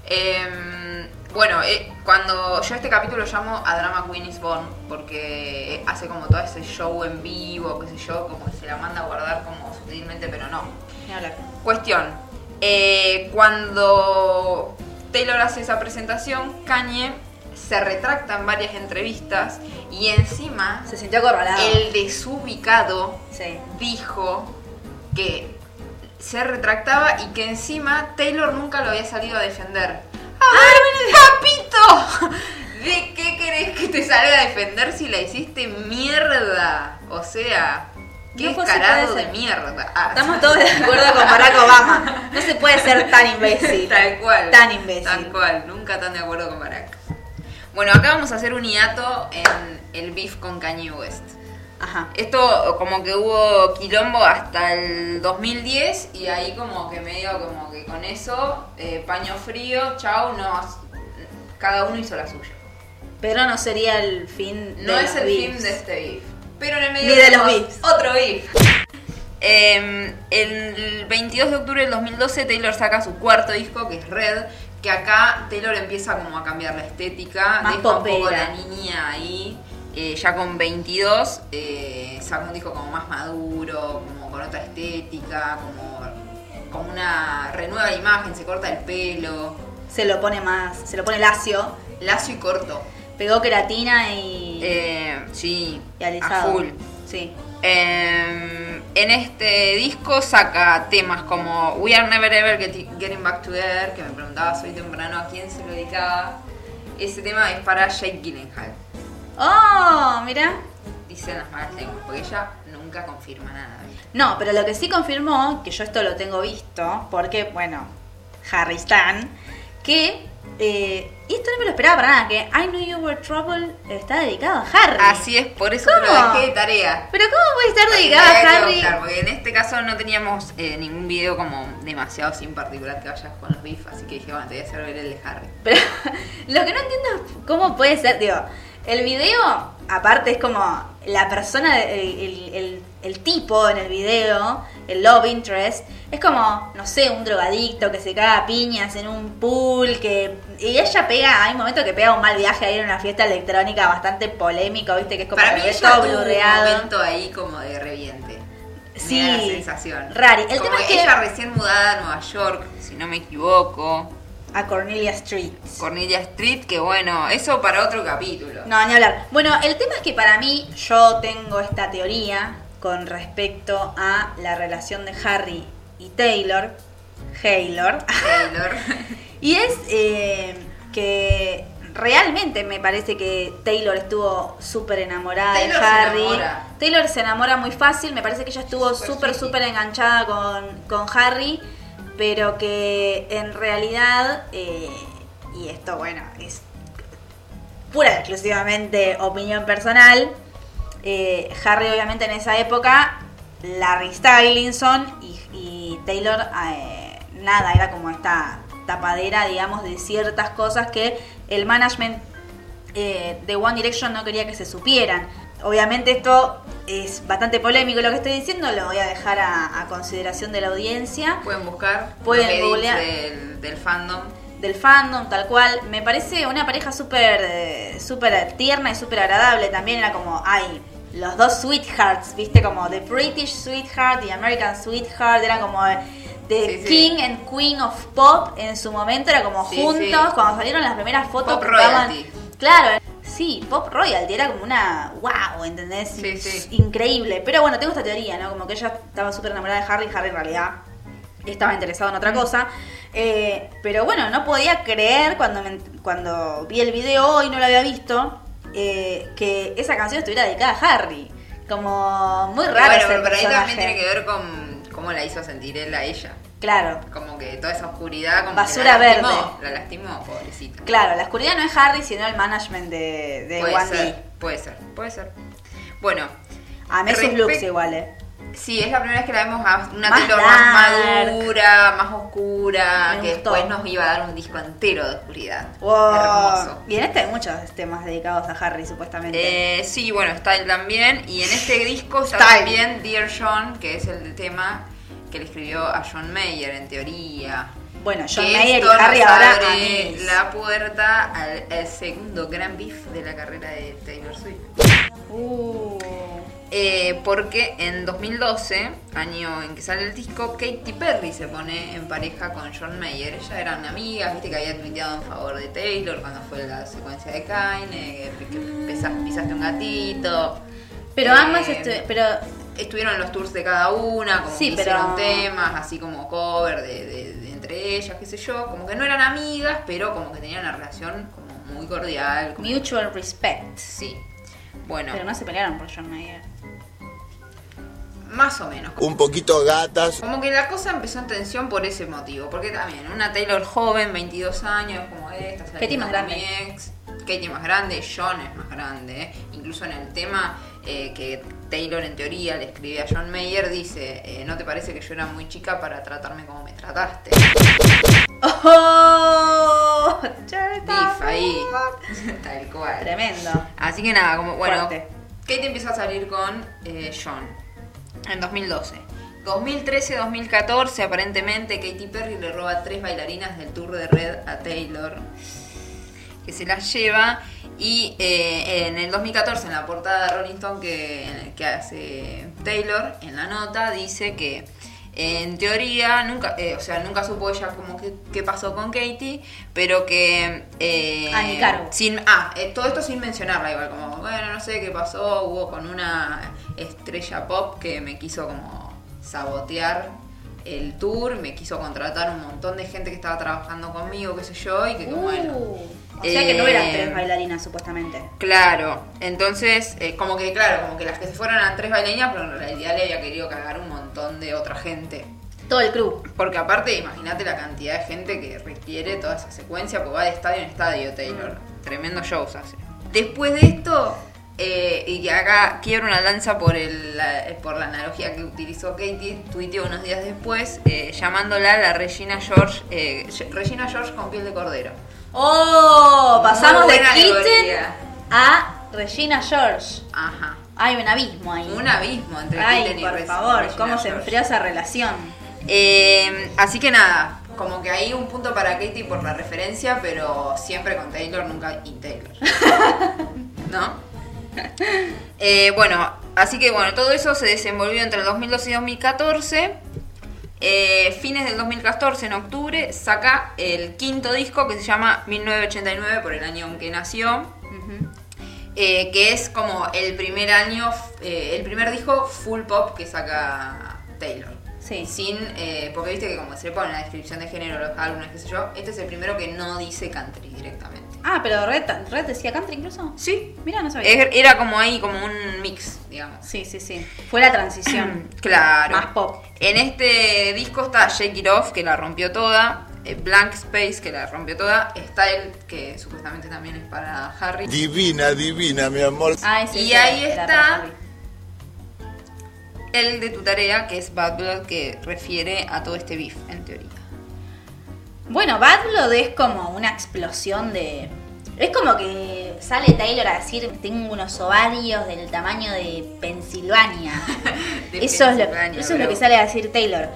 S1: Em, bueno, eh, cuando yo este capítulo lo llamo A Drama Queen is Born, porque hace como todo ese show en vivo, qué sé yo, como que se la manda a guardar como sutilmente, pero no.
S2: Ni hablar.
S1: Cuestión, eh, cuando Taylor hace esa presentación, Kanye se retracta en varias entrevistas y encima
S2: Se sintió acorralado.
S1: el desubicado
S2: Sí.
S1: dijo que se retractaba y que encima Taylor nunca lo había salido a defender.
S2: Ah,
S1: ¡A ver, papito! [laughs] ¿De qué querés que te salga a defender si la hiciste mierda? O sea, qué
S2: No, pues, sí
S1: descarado
S2: puede
S1: de
S2: ser.
S1: mierda. Ah,
S2: Estamos todos
S1: [laughs]
S2: de acuerdo con Barack Obama. No se puede ser tan imbécil.
S1: Tal cual.
S2: Tan imbécil.
S1: Tal cual. Nunca tan de acuerdo con Barack. Bueno, acá vamos a hacer un hiato en el beef con Kanye West.
S2: Ajá.
S1: Esto como que hubo quilombo hasta el 2010 y ahí como que medio como que con eso, eh, paño frío, chau, nos, cada uno hizo la suya.
S2: Pero no sería el fin. de
S1: No es
S2: los
S1: el
S2: beefs.
S1: fin de este beef. Pero en el medio
S2: Ni de los
S1: tenemos
S2: beefs.
S1: otro beef. Eh, el 22 de octubre del 2012 Taylor saca su cuarto disco que es Red, que acá Taylor empieza como a cambiar la estética,
S2: Más
S1: deja un poco la
S2: popera.
S1: niña ahí, eh, ya con 22 eh, saca un disco como más maduro, como con otra estética, como, como una renueva la imagen, se corta el pelo.
S2: Se lo pone más. Se lo pone lacio.
S1: lazo y corto.
S2: Pegó queratina y,
S1: Eh, sí,
S2: y alisado.
S1: a full.
S2: Sí.
S1: Eh, en este disco saca temas como We Are Never Ever Get- Getting Back Together, que me preguntabas hoy temprano a quién se lo dedicaba. Ese tema es para Jake Gyllenhaal,
S2: ¡Oh! Mira.
S1: dicen las malas lenguas, porque ella nunca confirma nada.
S2: No, pero lo que sí confirmó, que yo esto lo tengo visto, porque, bueno, Harry Stan, que. eh, y esto no me lo esperaba para nada, que I Knew You Were Trouble está dedicado a Harry.
S1: Así es, por eso te lo
S2: ¿Cómo?
S1: dejé de tarea.
S2: Pero ¿cómo puede estar
S1: Tarea que
S2: dedicada a Harry?
S1: buscar, porque en este caso no teníamos eh, ningún video como demasiado sin particular que vayas con los beef, así que dije, bueno, te voy a hacer ver el de Harry.
S2: Pero [laughs] lo que no entiendo es cómo puede ser, digo, el video, aparte es como la persona, el, el- el- el tipo en el video, el love interest, es como, no sé, un drogadicto que se caga a piñas en un pool, que... Y ella pega, hay un momento que pega un mal viaje ahí en una fiesta electrónica bastante polémica, viste, que es como
S1: Para mí
S2: que
S1: ella
S2: ves todo
S1: tuvo
S2: blurreado.
S1: un momento ahí como de reviente.
S2: Sí,
S1: Me da la sensación.
S2: rari. El
S1: Como
S2: tema es que-
S1: ella recién mudada a Nueva York, si no me equivoco.
S2: A Cornelia Street.
S1: Cornelia Street, que bueno, eso para otro capítulo.
S2: No, ni hablar. Bueno, el tema es que para mí yo tengo esta teoría con respecto a la relación de Harry y Taylor, Taylor,
S1: Taylor.
S2: [laughs]
S1: [laughs]
S2: y es eh, que realmente me parece que Taylor estuvo súper enamorada
S1: Taylor
S2: de
S1: se
S2: Harry.
S1: enamora.
S2: Taylor se enamora muy fácil, me parece que ella estuvo
S1: Súper
S2: súper,
S1: friki.
S2: súper enganchada con, con Harry, pero que en realidad, eh, y esto bueno, es pura y exclusivamente opinión personal, eh, Harry obviamente en esa época, Larry Stylinson y, y Taylor, eh, nada, era como esta tapadera, digamos, de ciertas cosas que el management eh, de One Direction no quería que se supieran. Obviamente esto es bastante polémico lo que estoy diciendo, lo voy a dejar a, a consideración de la audiencia,
S1: Pueden buscar
S2: Pueden
S1: los edits
S2: googlear.
S1: del, del fandom.
S2: del fandom, tal cual. Me parece una pareja súper eh, súper tierna y súper agradable también, era como, ay, los dos sweethearts, viste, como The British Sweetheart y American Sweetheart, era como... eh, The
S1: Sí, sí.
S2: King and Queen of Pop en su momento era como
S1: Sí,
S2: juntos,
S1: sí.
S2: cuando salieron las primeras fotos
S1: Pop
S2: ocupaban-
S1: royalty.
S2: Claro, sí, Pop Royalty era como una wow, ¿entendés?
S1: Sí, sí.
S2: Increíble. Pero bueno, tengo esta teoría, ¿no? Como que ella estaba súper enamorada de Harry, Harry en realidad estaba interesado en otra cosa. Eh, pero bueno, no podía creer cuando, me- cuando vi el video hoy, no lo había visto, eh, que esa canción estuviera dedicada a Harry. Como muy raro.
S1: bueno,
S2: ese
S1: pero por ahí
S2: personaje.
S1: también tiene que ver con cómo la hizo sentir él a ella.
S2: Claro.
S1: Como que toda esa oscuridad, como que
S2: Basura
S1: la lastimó,
S2: verde.
S1: La lastimó, pobrecita.
S2: Claro, la oscuridad no es Harry, sino el management de, de
S1: puede
S2: One
S1: ser,
S2: D.
S1: puede ser, puede ser. Bueno,
S2: Amé sus looks
S1: Respect-
S2: igual, eh.
S1: Sí, es la primera vez que la vemos a una
S2: Más
S1: Taylor
S2: dark.
S1: más madura, más oscura,
S2: Me
S1: que
S2: gustó.
S1: después nos iba a dar un disco entero de oscuridad.
S2: Wow.
S1: Hermoso.
S2: Y en este hay muchos temas dedicados a Harry, supuestamente.
S1: Eh, sí, bueno, Style también. Y en este disco está
S2: Style.
S1: también Dear John, que es el tema que le escribió a John Mayer, en teoría.
S2: bueno, John
S1: Que
S2: Mayer y
S1: esto nos
S2: Harry ahora
S1: abre
S2: amigos.
S1: la puerta al, al segundo gran beef de la carrera de Taylor Swift.
S2: Uh,
S1: Eh, porque en 2012, año en que sale el disco, Katy Perry se pone en pareja con John Mayer. Ellas eran amigas, viste que había tuiteado en favor de Taylor cuando fue la secuencia de Kanye, que, que pesa- pisaste un gatito.
S2: Pero
S1: Eh,
S2: ambas estu- pero
S1: estuvieron en los tours de cada una, como
S2: Sí,
S1: que
S2: pero-
S1: hicieron temas, así como cover de, de- de entre ellas, qué sé yo. Como que no eran amigas, pero como que tenían una relación como muy cordial. como-
S2: mutual respect.
S1: Sí. Bueno,
S2: Pero no se pelearon por John Mayer.
S1: más o menos.
S6: Un poquito gatas,
S1: Como que la cosa empezó en tensión por ese motivo. Porque también, una Taylor joven, 22 años, como esta. saliendo
S2: Katy más
S1: con
S2: grande.
S1: mi ex. Katie más grande, John es más grande. Incluso en el tema eh, que Taylor en teoría le escribe a John Mayer, dice, eh, ¿no te parece que yo era muy chica para tratarme como me trataste?
S2: [laughs] ¡Oh!
S1: Beef ahí. [laughs] Tal cual.
S2: Tremendo.
S1: Así que nada, como bueno.
S2: Fuerte.
S1: Katie empezó a salir con eh, John en 2012. 2013-2014, aparentemente, Katy Perry le roba tres bailarinas del tour de red a Taylor, que se las lleva. Y eh, en el 2014, en la portada de Rolling Stone que, que hace Taylor, en la nota, dice que en teoría, nunca, eh, o sea, nunca supo ella como qué, qué pasó con Katie, pero que... eh,
S2: Ah, ni cargo.
S1: sin, ah, eh, todo esto sin mencionarla igual, como, bueno, no sé qué pasó, hubo con una estrella pop que me quiso como sabotear el tour, me quiso contratar un montón de gente que estaba trabajando conmigo, qué sé yo, y que
S2: Uh,
S1: como, bueno...
S2: o sea que no eran
S1: Eh,
S2: tres bailarinas, supuestamente.
S1: Claro, entonces, eh, como que, claro, como que las que se fueron eran tres bailarinas, pero en realidad le había querido cagar un montón de otra gente.
S2: Todo el crew.
S1: Porque aparte, imagínate la cantidad de gente que requiere toda esa secuencia, porque va de estadio en estadio, Taylor.
S2: Mm.
S1: Tremendo shows hace. Después de esto, eh, y acá quiero una lanza por, el, la, eh, por la analogía que utilizó Katie, tuiteó unos días después, eh, llamándola la Regina George, eh, Ge- Regina George con piel de cordero.
S2: ¡Oh! Pasamos
S1: Muy
S2: de
S1: buena
S2: Kitten
S1: alegoría.
S2: a Regina George.
S1: Ajá.
S2: Hay un abismo ahí.
S1: Un abismo entre
S2: Ay,
S1: Kitten y
S2: por
S1: Re-
S2: favor,
S1: Regina
S2: cómo se
S1: George.
S2: enfrió esa relación.
S1: Eh, así que nada, como que ahí un punto para Katie por la referencia, pero siempre con Taylor, nunca y Taylor. ¿No? Eh, bueno, así que bueno, todo eso se desenvolvió entre el 2012 y 2014. Eh, fines del 2014, en octubre, saca el quinto disco que se llama 1989, por el año en que nació. Eh, que es como el primer año, eh, el primer disco full pop que saca Taylor.
S2: Sí.
S1: Sin, eh, porque viste que como se le pone la descripción de género, los álbumes, qué sé yo, este es el primero que no dice country directamente.
S2: Ah, pero Red, Red decía country incluso.
S1: Sí.
S2: Mira, no sabía.
S1: Er- Era como ahí, como un mix, digamos.
S2: Sí, sí, sí. Fue la transición.
S1: [clears throat] Claro.
S2: Más pop.
S1: En este disco está Shake It Off, que la rompió toda. eh, Blank Space, que la rompió toda. Style, que supuestamente también es para Harry.
S6: Divina, divina, mi amor.
S2: Ah, ese
S1: Y
S2: era-
S1: ahí
S2: era
S1: está.
S2: para Harry.
S1: El de tu tarea, que es Bad Blood, que refiere a todo este beef, en teoría.
S2: Bueno, Bad Blood es como una explosión de. Es como que sale Taylor a decir: Tengo unos ovarios del tamaño de Pensilvania.
S1: [laughs] De
S2: eso es, lo,
S1: Pensilvania,
S2: eso es lo
S1: bravo.
S2: que sale a decir Taylor.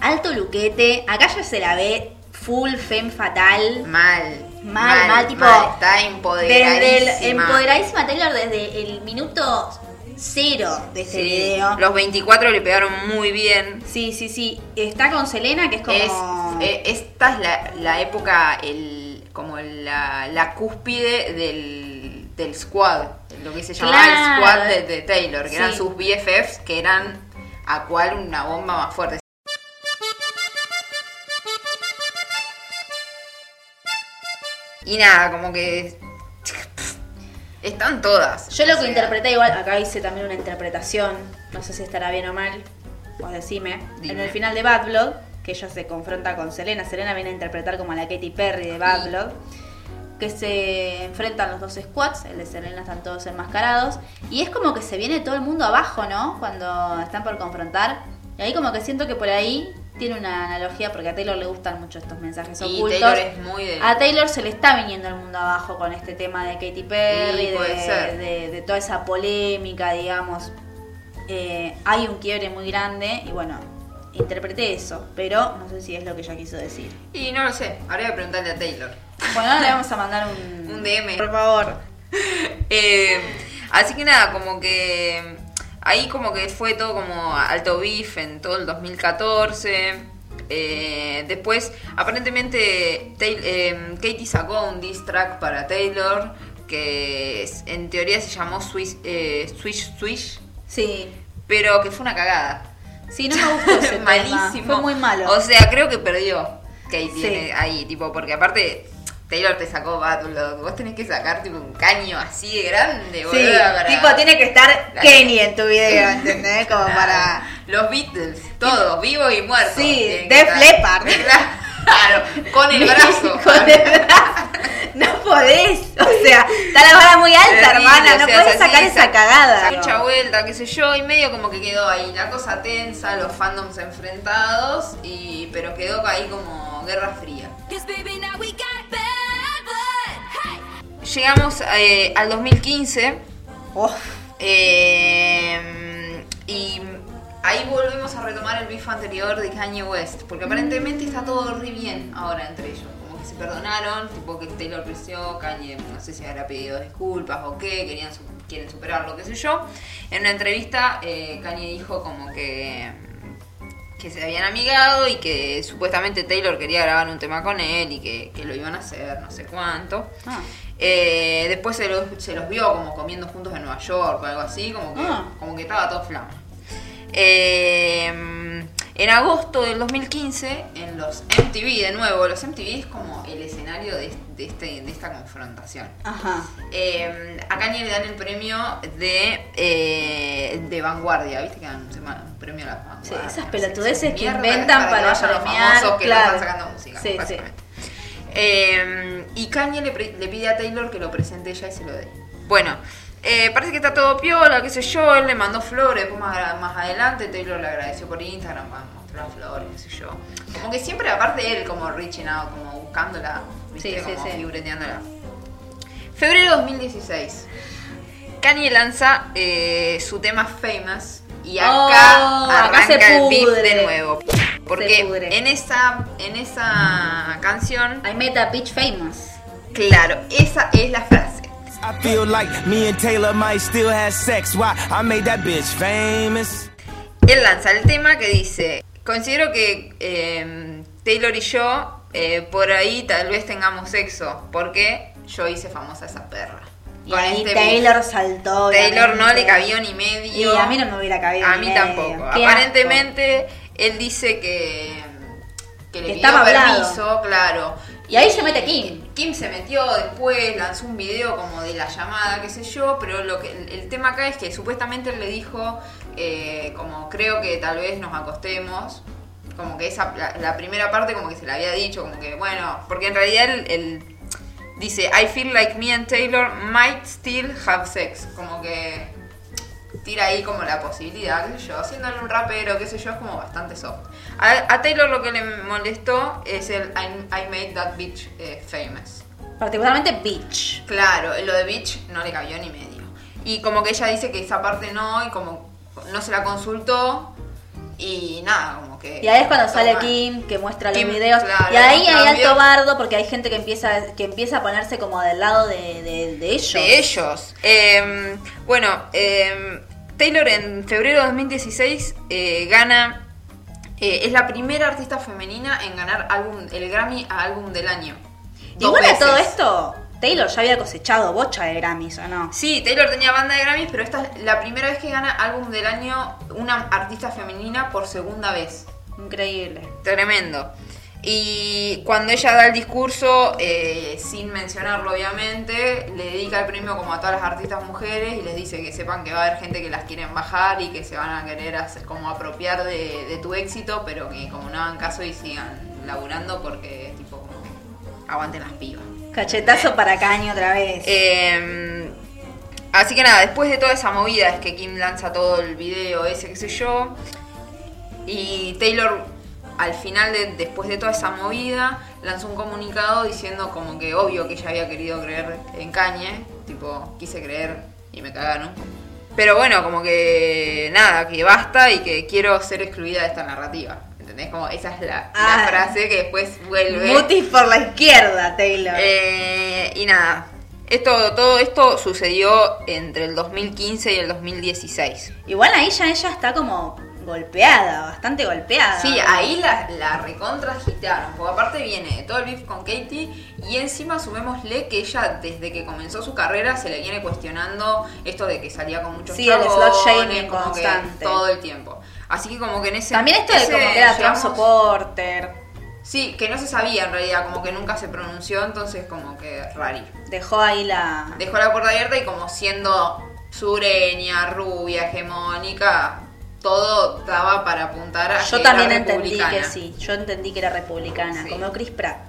S2: Alto luquete, acá ya se la ve full femme fatal.
S1: Mal.
S2: Mal, mal, tipo.
S1: Está
S2: Desde el,
S1: empoderadísima.
S2: empoderadísima Taylor desde el minuto cero de este
S1: Sí,
S2: video.
S1: Los 24 le pegaron muy bien.
S2: Sí, sí, sí. Está con Selena, que es
S1: Es,
S2: como.
S1: eh, esta es la, la época, el, como la, la cúspide del, del squad, lo que se llamaba el
S2: Claro.
S1: squad de, de Taylor, que eran
S2: Sí.
S1: sus BFFs, que eran a cual una bomba más fuerte. Y nada, como que... Están todas.
S2: Yo lo que
S1: O sea,
S2: interpreté igual, acá hice también una interpretación, no sé si estará bien o mal, vos decime.
S1: Dime.
S2: En el final de Bad Blood, que ella se confronta con Selena, Selena viene a interpretar como a la Katy Perry de Bad
S1: Sí.
S2: Blood, que se enfrentan los dos squads, el de Selena están todos enmascarados, y es como que se viene todo el mundo abajo, ¿no? Cuando están por confrontar, y ahí como que siento que por ahí tiene una analogía, porque a Taylor le gustan mucho estos mensajes
S1: Y
S2: ocultos.
S1: Taylor es muy de-
S2: A Taylor se le está viniendo el mundo abajo con este tema de Katy Perry,
S1: Sí, puede
S2: de-
S1: ser.
S2: de, de toda esa polémica, digamos. Eh, hay un quiebre muy grande y bueno, interpreté eso, pero no sé si es lo que ella quiso decir.
S1: Y no lo sé, ahora voy a preguntarle a Taylor.
S2: Bueno, ahora le vamos a mandar un,
S1: [laughs] Un DM.
S2: Por favor.
S1: [laughs] Eh, así que nada, como que ahí como que fue todo como alto beef en todo el 2014. Eh, después, aparentemente, Tay- eh, Katie sacó un diss track para Taylor que es- en teoría se llamó Swish, eh, Swish Swish,
S2: Sí.
S1: pero que fue una cagada.
S2: Sí, no me
S1: [laughs]
S2: gustó ese tema.
S1: Malísimo.
S2: Fue muy malo.
S1: O sea, creo que perdió Katie
S2: Sí.
S1: en el- ahí, tipo, porque aparte Taylor te sacó Bad Blood. Vos tenés que sacar tipo un caño así de grande,
S2: sí,
S1: boluda, para-
S2: tipo tiene que estar
S1: La-
S2: Kenny en tu
S1: [laughs]
S2: video, ¿entendés? Como
S1: Claro.
S2: para...
S1: Los Beatles, todos, vivos y muertos.
S2: Sí,
S1: Tienen que
S2: Def
S1: estar-
S2: Leppard.
S1: [laughs] Claro, con
S2: [laughs]
S1: el brazo.
S2: Con el brazo. No podés. [laughs] O sea, está la vara muy alta,
S1: Terrible,
S2: hermana. No
S1: o sea,
S2: podés
S1: así,
S2: sacar esa
S1: sa-
S2: cagada.
S1: sa- Mucha vuelta, qué sé yo, y medio como que quedó ahí la cosa tensa, los fandoms enfrentados, y pero quedó ahí como guerra fría. Llegamos eh, al 2015
S2: Oh,
S1: eh, y ahí volvemos a retomar el beef anterior de Kanye West, porque aparentemente está todo re bien ahora entre ellos. Como que se perdonaron, tipo que Taylor creció, Kanye no sé si habrá pedido disculpas o qué, querían su- quieren superarlo, qué sé yo. En una entrevista eh, Kanye dijo como que que se habían amigado y que supuestamente Taylor quería grabar un tema con él y que, que lo iban a hacer, no sé cuánto.
S2: Ah.
S1: Eh, después se los, se los vio como comiendo juntos en Nueva York o algo así, como que,
S2: Ah.
S1: como que estaba todo flama. Eh, en agosto del 2015, en los MTV de nuevo, los MTV es como el escenario de, de este- de esta confrontación.
S2: Ajá.
S1: Eh, a Kanye le dan el premio de, eh, de vanguardia, ¿viste? Que dan se llama un premio a la vanguardia.
S2: Sí, esas
S1: no sé,
S2: pelotudeces
S1: esa
S2: que
S1: mierda
S2: inventan para
S1: que vayan los
S2: premiar,
S1: famosos que
S2: claro.
S1: le están sacando música,
S2: Sí, sí.
S1: básicamente. Eh, y Kanye le, pre- le pide a Taylor que lo presente ella y se lo dé. Bueno, eh, parece que está todo piola, qué sé yo, él le mandó flores, después más, más adelante Taylor le agradeció por Instagram, va, mostró las flores, qué sé yo. Como que siempre, aparte él, como reaching out, como buscándola, ¿viste?
S2: Sí, sí,
S1: como
S2: sí.
S1: figureteándola. Febrero 2016. Kanye lanza eh, su tema Famous y
S2: Oh,
S1: acá
S2: acá
S1: arranca
S2: se
S1: el beef
S2: pudre.
S1: de nuevo.
S2: Se
S1: Porque
S2: pudre.
S1: en esa, en esa canción,
S2: I met a bitch famous.
S1: claro, esa es la frase.
S9: I feel like me and Taylor might still have sex. Why? I made that bitch famous.
S1: Él lanza el tema que dice, considero que eh, Taylor y yo eh, por ahí tal vez tengamos sexo, porque yo hice famosa a esa perra.
S2: Y
S1: Con
S2: ahí
S1: este beef.
S2: Taylor saltó.
S1: Taylor
S2: obviamente.
S1: no le cabía ni medio.
S2: Y a mí no me hubiera cabido
S1: A
S2: ni
S1: mí
S2: medio.
S1: tampoco.
S2: Qué
S1: Aparentemente, él dice que, que le pidió
S2: Que estaba hablado.
S1: permiso, claro. Eh,
S2: Y ahí se mete Kim.
S1: Kim se metió después, lanzó un video como de la llamada, qué sé yo, pero lo que el, el tema acá es que supuestamente él le dijo, eh, como creo que tal vez nos acostemos, como que esa, la, la primera parte como que se la había dicho, como que bueno, porque en realidad él, él dice, I feel like me and Taylor might still have sex, como que tira ahí como la posibilidad, qué sé yo, siendo él un rapero, qué sé yo, es como bastante soft. A, a Taylor lo que le molestó es el I, I made that bitch eh, famous.
S2: Particularmente bitch.
S1: Claro, lo de Bitch no le cabió ni medio. Y como que ella dice que esa parte no, y como no se la consultó, y nada, como que.
S2: Y ahí es cuando
S1: todo
S2: sale
S1: mal.
S2: Kim, que muestra los
S1: Kim,
S2: videos.
S1: claro,
S2: y ahí
S1: los
S2: hay alto
S1: cambios.
S2: bardo porque hay gente que empieza, que empieza a ponerse como del lado de, de- de ellos.
S1: De ellos. Eh, bueno, eh, Taylor en febrero de 2016 eh, gana. eh, es la primera artista femenina en ganar álbum, el Grammy a álbum del año.
S2: Y
S1: Dos
S2: bueno,
S1: veces.
S2: todo esto, Taylor ya había cosechado bocha de Grammys, ¿o no?
S1: Sí, Taylor tenía banda de Grammys, pero esta es la primera vez que gana álbum del año una artista femenina por segunda vez.
S2: Increíble.
S1: Tremendo. Y cuando ella da el discurso, eh, sin mencionarlo obviamente, le dedica el premio como a todas las artistas mujeres y les dice que sepan que va a haber gente que las quieren bajar y que se van a querer hacer- como apropiar de, de tu éxito, pero que como no hagan caso y sigan laburando porque es tipo como aguanten las pibas.
S2: Cachetazo para Caño otra vez.
S1: Eh, así que nada, después de toda esa movida es que Kim lanza todo el video ese, qué sé yo. Y Taylor, al final, de, después de toda esa movida, lanzó un comunicado diciendo como que obvio que ella había querido creer en Kanye. Tipo, quise creer y me cagaron. Pero bueno, como que nada, que basta y que quiero ser excluida de esta narrativa. ¿Entendés? Como esa es la, la
S2: Ah.
S1: frase que después vuelve.
S2: Mutis por la izquierda, Taylor.
S1: Eh, y nada, esto, todo esto sucedió entre el 2015 y el 2016.
S2: Igual ahí ya ella está como golpeada, bastante golpeada.
S1: Sí, ahí la, la recontra agitaron, porque aparte viene de todo el beef con Katie y encima sumémosle que ella desde que comenzó su carrera se le viene cuestionando esto de que salía con muchos
S2: Sí, el
S1: chabones,
S2: slut shaming
S1: como que
S2: constante.
S1: todo el tiempo. Así que como que en ese...
S2: También esto de
S1: ese,
S2: como que era Trump
S1: digamos,
S2: supporter,
S1: Sí, que no se sabía en realidad, como que nunca se pronunció, entonces como que rari.
S2: dejó ahí la...
S1: dejó la puerta abierta y como siendo sureña, rubia, hegemónica, todo daba para apuntar a
S2: Yo
S1: que era
S2: también entendí que
S1: republicana.
S2: sí, yo entendí que era republicana,
S1: Sí.
S2: como Chris Pratt.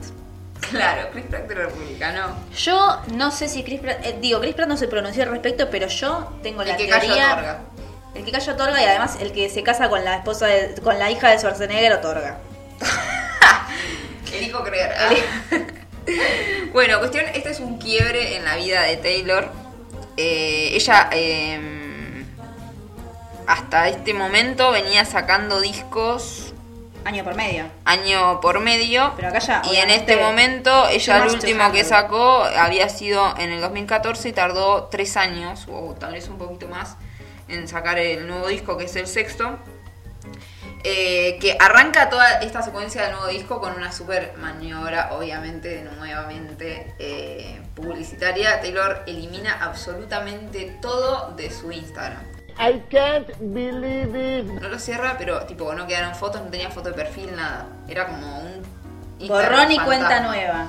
S1: [laughs] Claro, Chris Pratt era republicano.
S2: Yo no sé si Chris Pratt, eh, digo, Chris Pratt no se pronunció al respecto, pero yo tengo
S1: El
S2: la
S1: que
S2: teoría...
S1: calla otorga.
S2: El que calla otorga y además el que se casa con la esposa, de- con la hija de Schwarzenegger otorga.
S1: Elijo creer. Ah. [laughs] bueno, cuestión, este es un quiebre en la vida de Taylor. Eh, ella em, hasta este momento venía sacando discos
S2: Año por medio.
S1: año por medio.
S2: Pero acá ya,
S1: y en
S2: obviamente,
S1: este momento, ella
S2: too
S1: el
S2: much to
S1: último que
S2: handle.
S1: sacó había sido en el 2014 y tardó tres años, o tal vez un poquito más, en sacar el nuevo disco que es el sexto. eh, que arranca toda esta secuencia del nuevo disco con una super maniobra, obviamente, nuevamente eh, publicitaria. Taylor elimina absolutamente todo de su Instagram.
S10: I can't believe it.
S1: No lo cierra, pero tipo, no quedaron fotos, no tenía foto de perfil, nada. Era como un. Instagram
S2: Borrón y
S1: fantasma.
S2: cuenta nueva.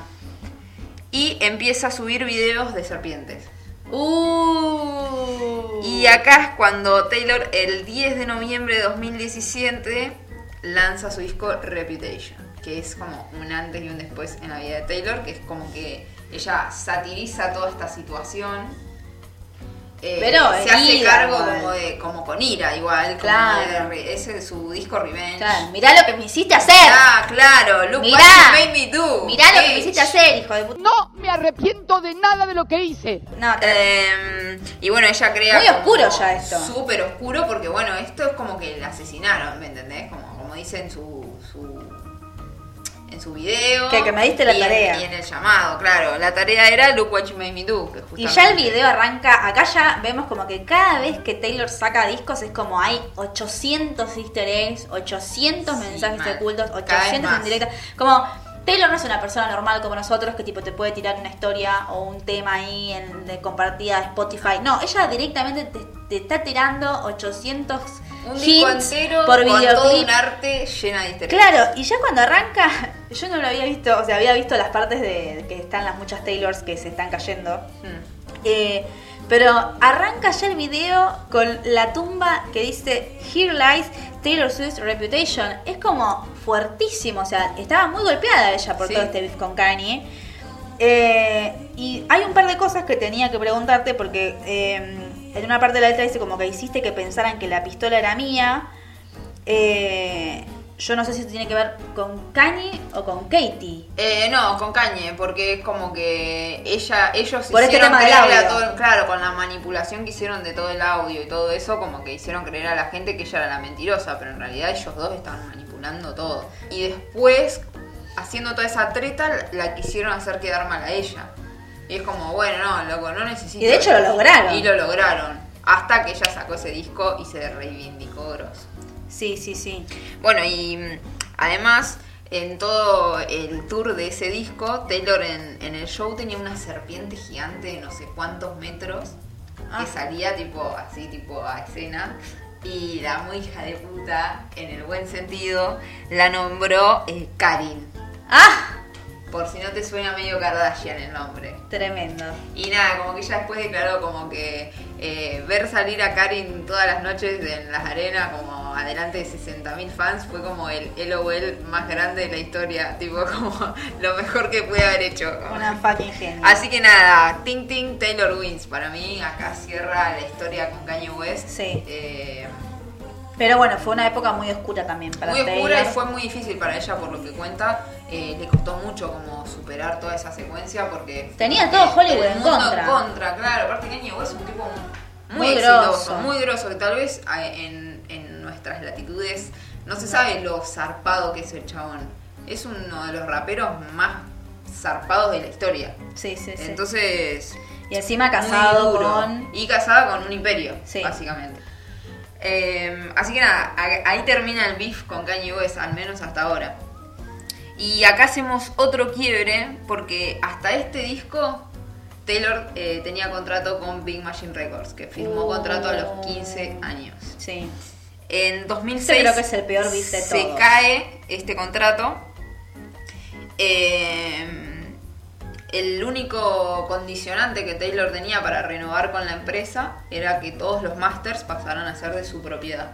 S1: Y empieza a subir videos de serpientes.
S2: Uh.
S1: Y acá es cuando Taylor, el 10 de noviembre de 2017, lanza su disco Reputation, que es como un antes y un después en la vida de Taylor, que es como que ella satiriza toda esta situación. Eh,
S2: Pero
S1: se hace
S2: herida,
S1: cargo
S2: igual.
S1: como, de, como con ira, igual. como
S2: Claro.
S1: de- es en su disco Revenge.
S2: Claro, mirá lo que me hiciste hacer.
S1: Ah, claro. Look
S2: Mirá.
S1: what you made me do.
S2: Mirá lo que me
S1: bitch.
S2: hiciste hacer, hijo de puta.
S5: No me arrepiento de nada de lo que hice.
S2: No, te-
S1: Eh, y bueno, ella crea.
S2: Muy
S1: como
S2: oscuro ya esto.
S1: Súper oscuro, porque bueno, esto es como que la asesinaron, ¿me entendés? Como, como dice en su, su- en su video.
S2: Que- que me diste la
S1: y en-
S2: tarea.
S1: y en el llamado, claro. La tarea era Look What You Made Me Do. que
S2: Y ya el
S1: justamente-
S2: video arranca, acá ya vemos como que cada vez que Taylor saca discos es como hay 800 easter eggs, 800
S1: Sí,
S2: mensajes
S1: mal.
S2: ocultos,
S1: Cada vez
S2: 800
S1: más.
S2: indirectas. Como Taylor no es una persona normal como nosotros que tipo te puede tirar una historia o un tema ahí en, de compartida de Spotify. No, ella directamente te, te está tirando 800
S1: Un disco
S2: hints
S1: entero
S2: por
S1: con todo
S2: videoclip.
S1: un arte llena de easter eggs.
S2: Claro, y ya cuando arranca, [laughs] yo no lo había visto, o sea, había visto las partes de que están las muchas Taylors que se están cayendo.
S1: Mm.
S2: Eh, pero arranca ya el video con la tumba que dice Here Lies Taylor Swift's Reputation. Es como fuertísimo, o sea, estaba muy golpeada ella por
S1: Sí.
S2: todo este beef con Kanye. Eh, y hay un par de cosas que tenía que preguntarte porque eh, en una parte de la letra dice como que hiciste que pensaran que la pistola era mía. Eh, yo no sé si esto tiene que ver con Kanye o con Katie.
S1: Eh, no, con Kanye, porque es como que ella, ellos
S2: Por este
S1: hicieron
S2: tema del
S1: creerle a
S2: audio.
S1: todo- claro, con la manipulación que hicieron de todo el audio y todo eso, como que hicieron creer a la gente que ella era la mentirosa, pero en realidad ellos dos estaban manipulando todo. Y después, haciendo toda esa treta, la quisieron hacer quedar mal a ella. Y es como, bueno, no, loco, no necesito.
S2: Y de hecho lo lograron.
S1: Y lo lograron. Hasta que ella sacó ese disco y se reivindicó grosso.
S2: Sí, sí, sí.
S1: Bueno, y mm, además, en todo el tour de ese disco, Taylor en, en el show tenía una serpiente gigante de no sé cuántos metros
S2: Ah.
S1: que salía tipo así, tipo a escena. Y la muy hija de puta, en el buen sentido, la nombró eh, Karin.
S2: ¡Ah!
S1: Por si no te suena medio Kardashian el nombre.
S2: Tremendo.
S1: Y nada, como que ella después declaró como que eh, ver salir a Karin todas las noches en las arenas, como adelante de 60.000 fans, fue como el LOL más grande de la historia, tipo [laughs] como lo mejor que pude haber hecho.
S2: Una fucking genia.
S1: Así que nada, Ting Ting Taylor Wins, para mí acá cierra la historia con Kanye West.
S2: Sí.
S1: Eh,
S2: Pero bueno, fue una época muy oscura también para
S1: muy oscura y
S2: Taylor.
S1: fue muy difícil para ella por lo que cuenta. Eh, le costó mucho como superar toda esa secuencia porque eh,
S2: Tenía todo Hollywood
S1: todo el
S2: en
S1: mundo
S2: contra.
S1: en contra, claro. Aparte Kanye West es un tipo muy,
S2: Muy
S1: exitoso,
S2: grosso.
S1: muy grosso, que tal vez a- en, en nuestras latitudes no se sabe lo zarpado que es el chabón. Es uno de los raperos más zarpados de la historia.
S2: Sí, sí, sí.
S1: Entonces,
S2: y encima
S1: muy
S2: casado
S1: duro.
S2: con...
S1: Y casada con un imperio,
S2: Sí.
S1: básicamente. Eh, así que nada, a- ahí termina el beef con Kanye West, al menos hasta ahora. Y acá hacemos otro quiebre, porque hasta este disco Taylor eh, tenía contrato con Big Machine Records, que firmó
S2: Oh.
S1: contrato a los 15 años.
S2: Sí.
S1: En 2006
S2: Ese creo que es el peor beef de
S1: se
S2: todos.
S1: cae este contrato. Eh, el único condicionante que Taylor tenía para renovar con la empresa era que todos los masters pasaran a ser de su propiedad.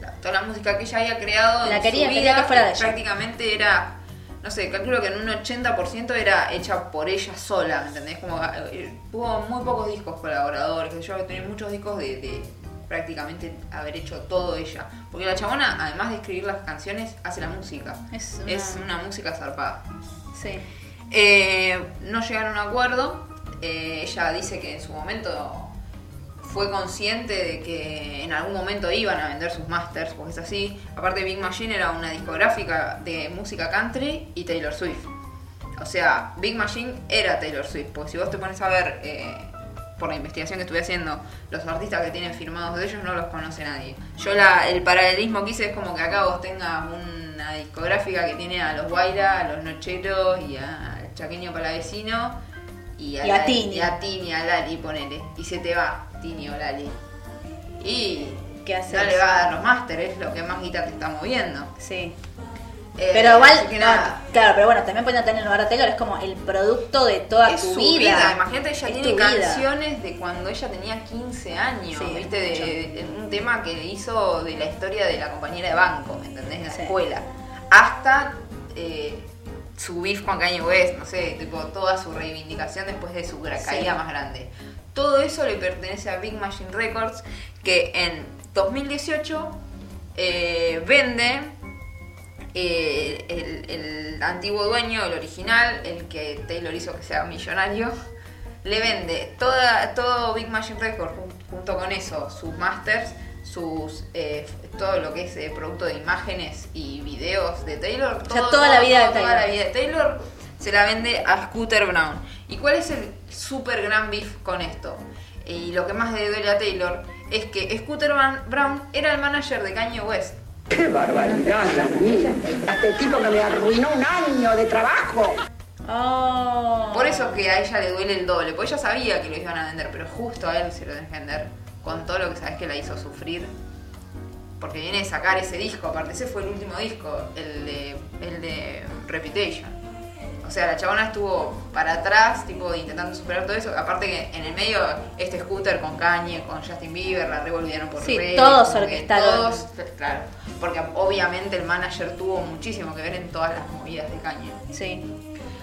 S1: La- Toda la música que ella había creado
S2: La
S1: en
S2: quería-
S1: su
S2: quería
S1: vida
S2: que fuera de ella.
S1: prácticamente era, no sé, calculo que en un 80% era hecha por ella sola, ¿me entendés? Como, eh, tuvo muy pocos discos colaboradores, que yo tenía muchos discos de, de prácticamente haber hecho todo ella. Porque la chabona, además de escribir las canciones, hace la música.
S2: Es una-
S1: es una música zarpada.
S2: Sí.
S1: Eh, no llegaron a un acuerdo. Eh, ella dice que en su momento fue consciente de que en algún momento iban a vender sus masters, porque es así. Aparte, Big Machine era una discográfica de música country y Taylor Swift. O sea, Big Machine era Taylor Swift, porque si vos te pones a ver eh, por la investigación que estuve haciendo, los artistas que tienen firmados de ellos no los conoce nadie. Yo la, el paralelismo que hice es como que acá vos tengas una discográfica que tiene a los Guaira, a los Nocheros y a al Chaqueño Palavecino y a,
S2: Y a
S1: Lali-
S2: Tini.
S1: y a Tini, a Lali, ponele. Y se te va Tini o Lali. Y
S2: ¿Qué haces?
S1: no le va a dar los másteres, es lo que más guita te está moviendo.
S2: Sí.
S1: Eh,
S2: Pero igual,
S1: así que nada.
S2: no, claro, pero bueno, también poniéndote en el lugar de Taylor es como el producto de toda
S1: es
S2: tu
S1: su vida.
S2: vida.
S1: Imagínate, ella
S2: Es
S1: tiene
S2: tu vida.
S1: canciones de cuando ella tenía 15 años,
S2: Sí,
S1: ¿viste? De-
S2: mucho.
S1: de- un tema que hizo de la historia de la compañera de banco, ¿me entendés? En la
S2: Sí.
S1: escuela. Hasta eh, su beef con Kanye West, no sé, tipo toda su reivindicación después de su gra-
S2: Sí.
S1: caída más grande. Todo eso le pertenece a Big Machine Records, que en 2018 eh, vende eh, el, el antiguo dueño, el original, el que Taylor hizo que sea millonario, le vende toda, todo Big Machine Records jun- junto con eso, sus masters, sus eh, todo lo que es eh, producto de imágenes y videos de Taylor.
S2: sea,
S1: todo-
S2: toda la
S1: todo-
S2: vida de
S1: todo- toda la
S2: Taylor.
S1: vida de Taylor se la vende a Scooter Brown. ¿Y cuál es el super gran beef con esto? Y lo que más le duele a Taylor es que Scooter Ban- Brown era el manager de Kanye West.
S2: Oh.
S1: Por eso que a ella le duele el doble, porque ella sabía que lo iban a vender, pero justo a él se lo tenés que vender con todo lo que sabes que la hizo sufrir. Porque viene de sacar ese disco, aparte ese fue el último disco, el de, el de Reputation. O sea, la chabona estuvo para atrás, tipo intentando superar todo eso. Aparte que en el medio, este scooter con Kanye, con Justin Bieber, la revolvieron por
S2: Sí,
S1: redes,
S2: todos
S1: como que
S2: orquestaron.
S1: Todos, claro. Porque obviamente el manager tuvo muchísimo que ver en todas las movidas de Kanye.
S2: Sí.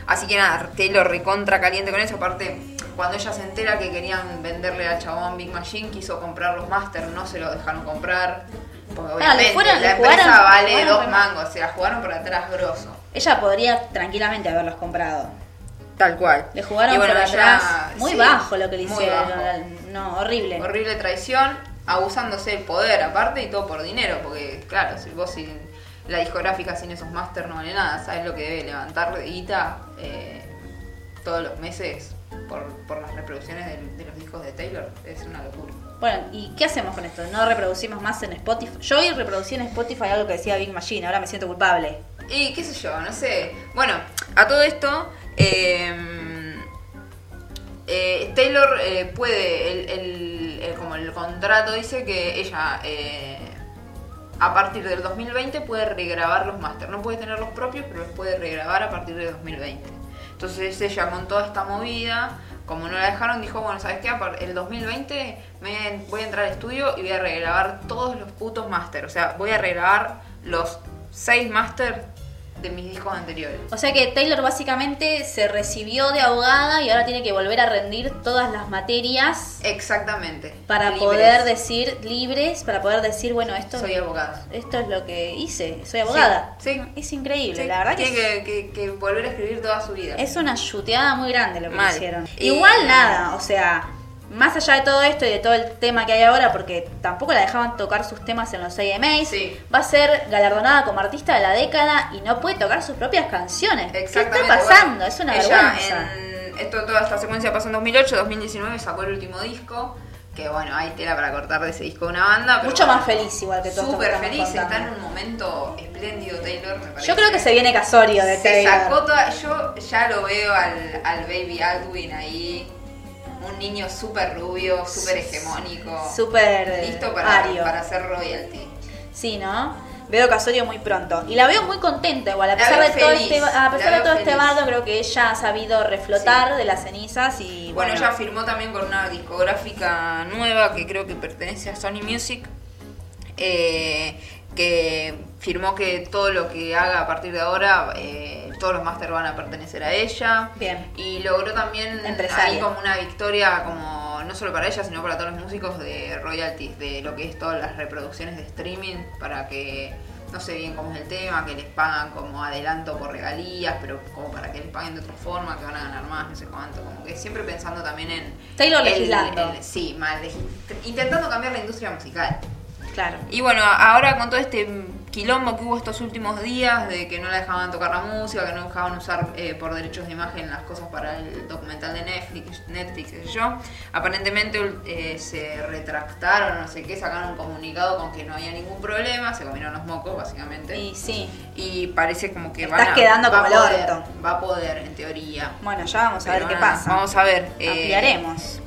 S1: Así que nada, Taylor recontra caliente con eso. Aparte, cuando ella se entera que querían venderle al chabón Big Machine, quiso comprar los Masters, no se lo dejaron comprar. Porque
S2: Claro, le
S1: obviamente
S2: fueron-
S1: la
S2: le
S1: empresa
S2: jugaron-
S1: vale
S2: le jugaron
S1: dos
S2: re mal.
S1: mangos, se la jugaron por atrás grosso.
S2: Ella podría tranquilamente haberlos comprado.
S1: Tal cual.
S2: Le jugaron por atrás. Muy bajo lo que le hicieron. No, horrible.
S1: Horrible traición, abusándose del poder aparte y todo por dinero, porque claro, si vos sin la discográfica sin esos masters no vale nada, ¿sabes lo que debe levantar de guita eh, todos los meses por, por las reproducciones del- de, los discos de Taylor? Es una locura.
S2: Bueno, ¿y qué hacemos con esto? ¿No reproducimos más en Spotify? Yo hoy reproducí en Spotify algo que decía Big Machine, ahora me siento culpable.
S1: Y qué sé yo, no sé. Bueno, a todo esto, eh, eh, Taylor eh, puede, el, el- el- como el contrato dice que ella eh, a partir del 2020 puede regrabar los máster. No puede tener los propios, pero los puede regrabar a partir del 2020. Entonces ella con toda esta movida, como no la dejaron, dijo, bueno, ¿sabes qué? A par- El 2020 me voy a entrar al estudio y voy a regrabar todos los putos máster. O sea, voy a regrabar los seis máster de mis discos anteriores.
S2: O sea que Taylor básicamente se recibió de abogada y ahora tiene que volver a rendir todas las materias
S1: Exactamente.
S2: para
S1: Libres.
S2: poder decir libres, para poder decir, bueno, esto,
S1: Soy abogada.
S2: esto es lo que hice, soy abogada.
S1: Sí, sí.
S2: Es increíble,
S1: Sí,
S2: la verdad que,
S1: tiene que, que- que volver a escribir toda su vida.
S2: es una chuteada muy grande lo que
S1: Mal.
S2: hicieron.
S1: Y-
S2: Igual nada, o sea, más allá de todo esto y de todo el tema que hay ahora, porque tampoco la dejaban tocar sus temas en los AMAs,
S1: Sí.
S2: va a ser galardonada como artista de la década y no puede tocar sus propias canciones. ¿Qué está
S1: Exactamente.
S2: pasando?
S1: bueno,
S2: es una
S1: ella
S2: vergüenza.
S1: en- esto, toda esta secuencia pasó en 2008, 2019 sacó el último disco. Que bueno, hay tela para cortar de ese disco una banda. pero
S2: Mucho
S1: bueno,
S2: más feliz igual que todo esto que
S1: Súper
S2: estamos
S1: feliz, está en
S2: contando.
S1: un momento espléndido Taylor, me parece.
S2: Yo creo que se viene casorio de
S1: se
S2: Taylor.
S1: sacó toda. Yo ya lo veo al, al baby Aldwin ahí. Un niño súper rubio, súper hegemónico.
S2: Súper eh,
S1: Listo para,
S2: ario.
S1: para hacer royalty.
S2: Sí, ¿no? Veo Casorio muy pronto. Y la veo muy contenta igual. A
S1: La
S2: pesar de
S1: veo
S2: todo
S1: feliz,
S2: este, a
S1: la
S2: pesar de
S1: veo
S2: todo este
S1: feliz.
S2: bardo, creo que ella ha sabido reflotar de las cenizas y
S1: Bueno,
S2: bueno,
S1: ella firmó también con una discográfica nueva que creo que pertenece a Sony Music, eh, que firmó que todo lo que haga a partir de ahora, eh, todos los máster van a pertenecer a ella.
S2: Bien.
S1: Y logró también
S2: Empresaria.
S1: ahí como una victoria, como no solo para ella, sino para todos los músicos de royalties, de lo que es todas las reproducciones de streaming, para que no sé bien cómo es el tema, que les pagan como adelanto por regalías, pero como para que les paguen de otra forma, que van a ganar más, no sé cuánto, como que siempre pensando también en...
S2: Taylor
S1: el-
S2: legislando.
S1: el- sí, mal, legis- intentando cambiar la industria musical.
S2: claro.
S1: Y bueno, ahora con todo este quilombo que hubo estos últimos días de que no la dejaban tocar la música, que no dejaban usar eh, por derechos de imagen las cosas para el documental de Netflix, Netflix qué sé yo. Aparentemente eh, se retractaron, no sé qué, sacaron un comunicado con que no había ningún problema, se comieron los mocos básicamente.
S2: Y sí.
S1: Y parece como que
S2: Estás
S1: van a,
S2: quedando
S1: va a
S2: como el
S1: poder,
S2: orto.
S1: Va a poder, en teoría.
S2: Bueno, ya vamos a
S1: Pero
S2: ver qué
S1: nada,
S2: pasa.
S1: Vamos a ver. eh,
S2: Ampliaremos.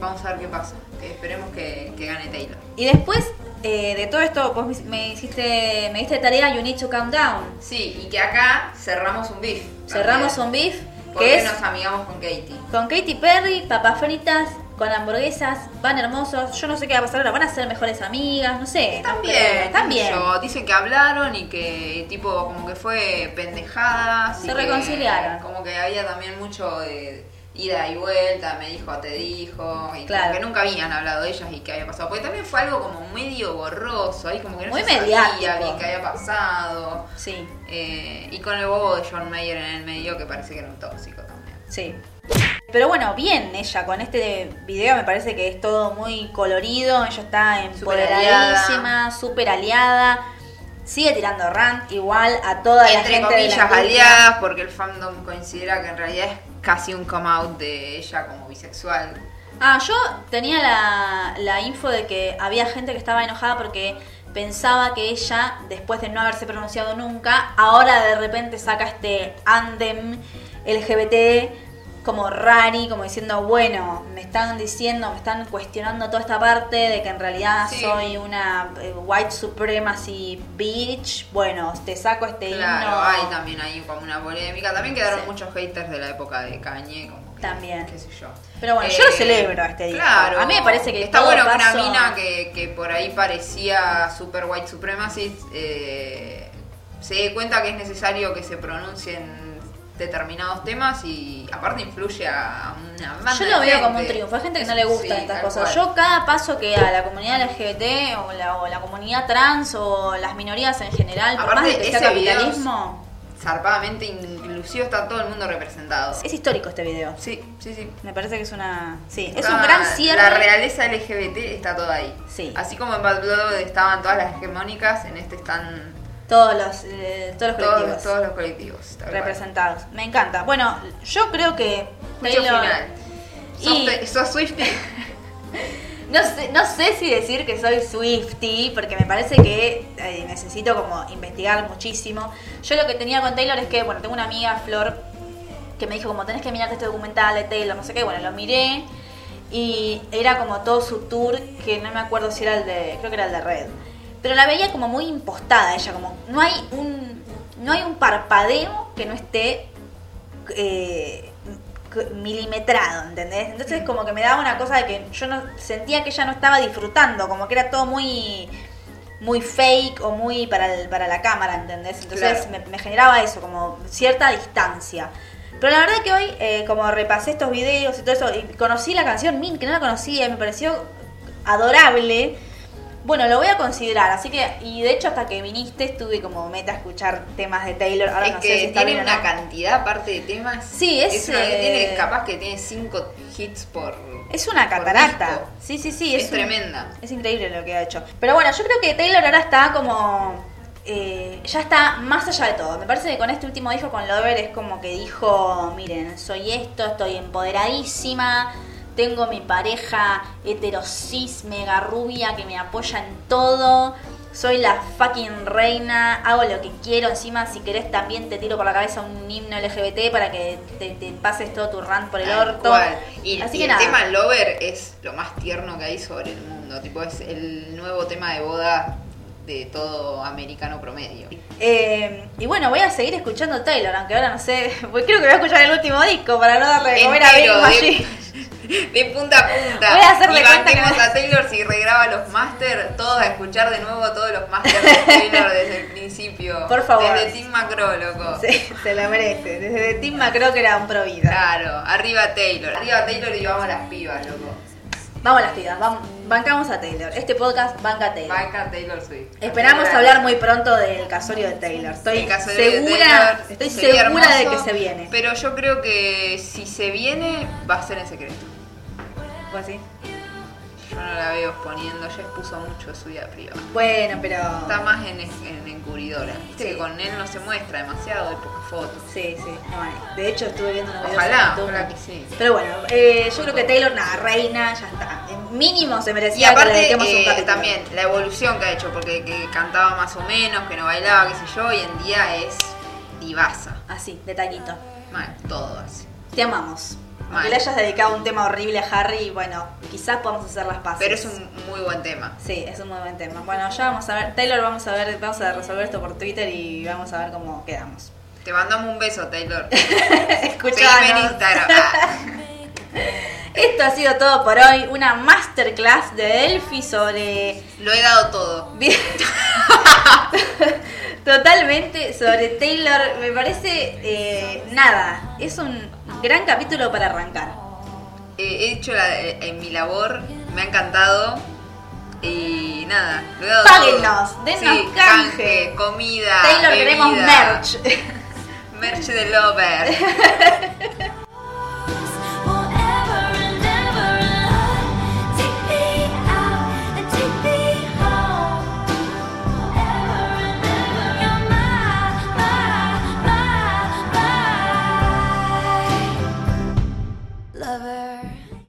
S1: Vamos a ver qué pasa. Que esperemos que, que gane Taylor.
S2: Y después eh, de todo esto, vos me- me hiciste, me diste tarea You Need to Count Down.
S1: Sí, y que acá cerramos un beef.
S2: Cerramos un beef que
S1: Porque
S2: es
S1: nos amigamos con Katie.
S2: con Katy Perry, papas fritas, con hamburguesas, van hermosos. Yo no sé qué va a pasar ahora, van a ser mejores amigas, no sé.
S1: También,
S2: También.
S1: yo, dicen que hablaron y que tipo como que fue pendejadas. y
S2: Se
S1: que
S2: reconciliaron.
S1: Como que había también mucho de ida y vuelta, me dijo, te dijo. Y
S2: Claro.
S1: como que nunca habían hablado de ellas y que había pasado. Porque también fue algo como medio borroso, ahí como que no
S2: Muy
S1: se sabía
S2: mediático.
S1: bien qué había pasado.
S2: Sí,
S1: Eh, y con el bobo de John Mayer en el medio que parece que era un tóxico también.
S2: sí. Pero bueno, bien ella, con este video me parece que es todo muy colorido, ella está
S1: Súper aliada.
S2: empoderadísima, súper aliada, sigue tirando rant igual a toda la
S1: Entre
S2: gente de la
S1: comillas
S2: industria.
S1: aliadas, porque el fandom considera que en realidad es casi un come out de ella como bisexual.
S2: Ah, yo tenía la, la info de que había gente que estaba enojada porque pensaba que ella, después de no haberse pronunciado nunca, ahora de repente saca este andem LGBT como rari, como diciendo, bueno, me están diciendo, me están cuestionando toda esta parte de que en realidad
S1: Sí.
S2: soy una eh, white supremacy bitch. Bueno, te saco este
S1: Claro,
S2: himno.
S1: hay también ahí como una polémica. También quedaron
S2: Sí.
S1: muchos haters de la época de Kanye, como que,
S2: También.
S1: qué sé yo. Eh,
S2: Pero bueno, yo lo celebro a este disco.
S1: Claro.
S2: A mí me parece que
S1: está
S2: todo
S1: bueno que una
S2: paso-
S1: mina que, que por ahí parecía super white supremacist eh, se dé cuenta que es necesario que se pronuncien determinados temas y aparte influye a una banda
S2: Yo lo
S1: de
S2: veo como un
S1: gente.
S2: triunfo. Hay gente que no le gustan
S1: Sí,
S2: estas
S1: tal
S2: cosas.
S1: cual.
S2: Yo cada paso que a la comunidad LGBT o la, o la comunidad trans o las minorías en general, por
S1: Aparte,
S2: más de que sea
S1: ese video es-
S2: capitalismo,
S1: zarpadamente inclusivo está todo el mundo representado.
S2: es histórico este video.
S1: Sí, sí, sí.
S2: Me parece que es una... Sí, es
S1: Está-
S2: un gran cierre.
S1: Ah, La realeza LGBT está toda ahí.
S2: Sí.
S1: Así como en Bad Blood estaban todas las hegemónicas, en este están
S2: Todos los, eh, todos los colectivos
S1: todos, todos los colectivos. tal cual.
S2: representados. Me encanta. Bueno, yo creo que
S1: Juicio
S2: Taylor-
S1: final.
S2: Y-
S1: Sos, sos Swiftie.
S2: No sé, no sé si decir que soy Swifty, porque me parece que eh, necesito como investigar muchísimo. Yo lo que tenía con Taylor es que, bueno, tengo una amiga, Flor, que me dijo como tenés que mirarte este documental de Taylor, no sé qué, bueno, lo miré y era como todo su tour, que no me acuerdo si era el de, creo que era el de Red, pero la veía como muy impostada ella, como no hay un, no hay un parpadeo que no esté eh, c- milimetrado, ¿entendés? Entonces como que me daba una cosa de que yo no sentía que ella no estaba disfrutando, como que era todo muy muy fake o muy para, el- para la cámara, ¿entendés? Entonces
S1: Claro.
S2: me, me generaba eso, como cierta distancia. Pero la verdad que hoy, eh, como repasé estos videos y todo eso, y conocí la canción Min, que no la conocía, y me pareció adorable. Bueno, lo voy a considerar, así que, y de hecho hasta que viniste estuve como meta a escuchar temas de Taylor, ahora
S1: es
S2: no sé si
S1: que
S2: está
S1: tiene
S2: bien o
S1: una
S2: no.
S1: cantidad aparte de temas.
S2: Sí, es,
S1: una que
S2: eh,
S1: tiene, capaz que tiene cinco hits por.
S2: Es una
S1: por
S2: catarata.
S1: disco.
S2: Sí, sí, sí.
S1: Es
S2: un-
S1: tremenda.
S2: Es increíble lo que ha hecho. Pero bueno, yo creo que Taylor ahora está como. eh, ya está más allá de todo. Me parece que con este último disco, con Lover, es como que dijo: Miren, soy esto, estoy empoderadísima. Tengo mi pareja heterosis, mega rubia, que me apoya en todo. Soy la fucking reina, hago lo que quiero. Encima, si querés, también te tiro por la cabeza un himno LGBT para que te, te pases todo tu rant por el
S1: Tal
S2: orto.
S1: cual. Y,
S2: Así
S1: y
S2: que
S1: el
S2: nada.
S1: tema Lover es lo más tierno que hay sobre el mundo. Tipo, es el nuevo tema de boda de todo americano promedio.
S2: Eh, y bueno, voy a seguir escuchando Taylor, aunque ahora no sé. [laughs] Pues creo que voy a escuchar el último disco para no darle de comer a
S1: Entero, eh.
S2: Big
S1: de, [laughs] de punta a punta.
S2: Voy a hacerle
S1: y
S2: cuenta que
S1: banquemos
S2: no-
S1: a Taylor si regraba los master, todos a escuchar de nuevo todos los master de Taylor
S2: [laughs]
S1: desde el principio.
S2: Por favor.
S1: Desde Team Macro, loco.
S2: [laughs] Se, se lo merece. Desde Tim creo que era un provida.
S1: Claro, arriba Taylor. Arriba Taylor y vamos a las pibas, loco.
S2: Vamos a las pibas, vam- bancamos a Taylor. Este podcast banca a Taylor.
S1: Banca Taylor Swift.
S2: Esperamos hablar muy pronto del casorio de Taylor. Estoy
S1: El caso de
S2: segura,
S1: Taylor
S2: estoy
S1: sería
S2: segura de que
S1: hermoso,
S2: se viene.
S1: Pero yo creo
S2: Pues
S1: que si se viene, va a ser en secreto.
S2: ¿Vos sí?
S1: Yo no la veo exponiendo, ella expuso mucho de su vida privada.
S2: Bueno, pero.
S1: Está más en, en encubridora. Viste que con él no se muestra demasiado, hay pocas fotos.
S2: Sí, sí. No, eh, de hecho, estuve viendo una
S1: Ojalá, ojalá que sí.
S2: Pero bueno, eh, yo creo que Taylor, nada, reina, ya está. Eh, Mínimo se
S1: Y
S2: merecía que le
S1: aparte
S2: dediquemos un
S1: eh,
S2: capítulo.
S1: también la evolución que ha hecho, porque que cantaba más o menos, que no bailaba, qué sé yo, hoy en día es divasa.
S2: Así, detallito.
S1: Mal, todo así.
S2: Te amamos.
S1: Mal.
S2: Aunque le hayas dedicado un tema horrible a Harry, bueno, quizás podamos hacer las paces.
S1: Pero es un muy buen tema.
S2: Sí, es un muy buen tema. Bueno, ya vamos a ver. Taylor, vamos a ver, vamos a resolver esto por Twitter y vamos a ver cómo quedamos.
S1: Te mandamos un beso, Taylor. Seguime en
S2: [laughs] Escuchanos.
S1: Instagram. Ah.
S2: Esto ha sido todo por hoy. Una masterclass de Delphi sobre.
S1: Lo he dado todo.
S2: [laughs] Totalmente sobre Taylor. Me parece. eh, nada. Es un gran capítulo para arrancar.
S1: Eh, he hecho la- eh, en mi labor, me ha encantado. Y nada, lo he dado
S2: Páguennos,
S1: todo.
S2: dennos
S1: Sí,
S2: canje.
S1: comida.
S2: [laughs] Taylor, queremos
S1: bebida,
S2: merch.
S1: Merch de Lover.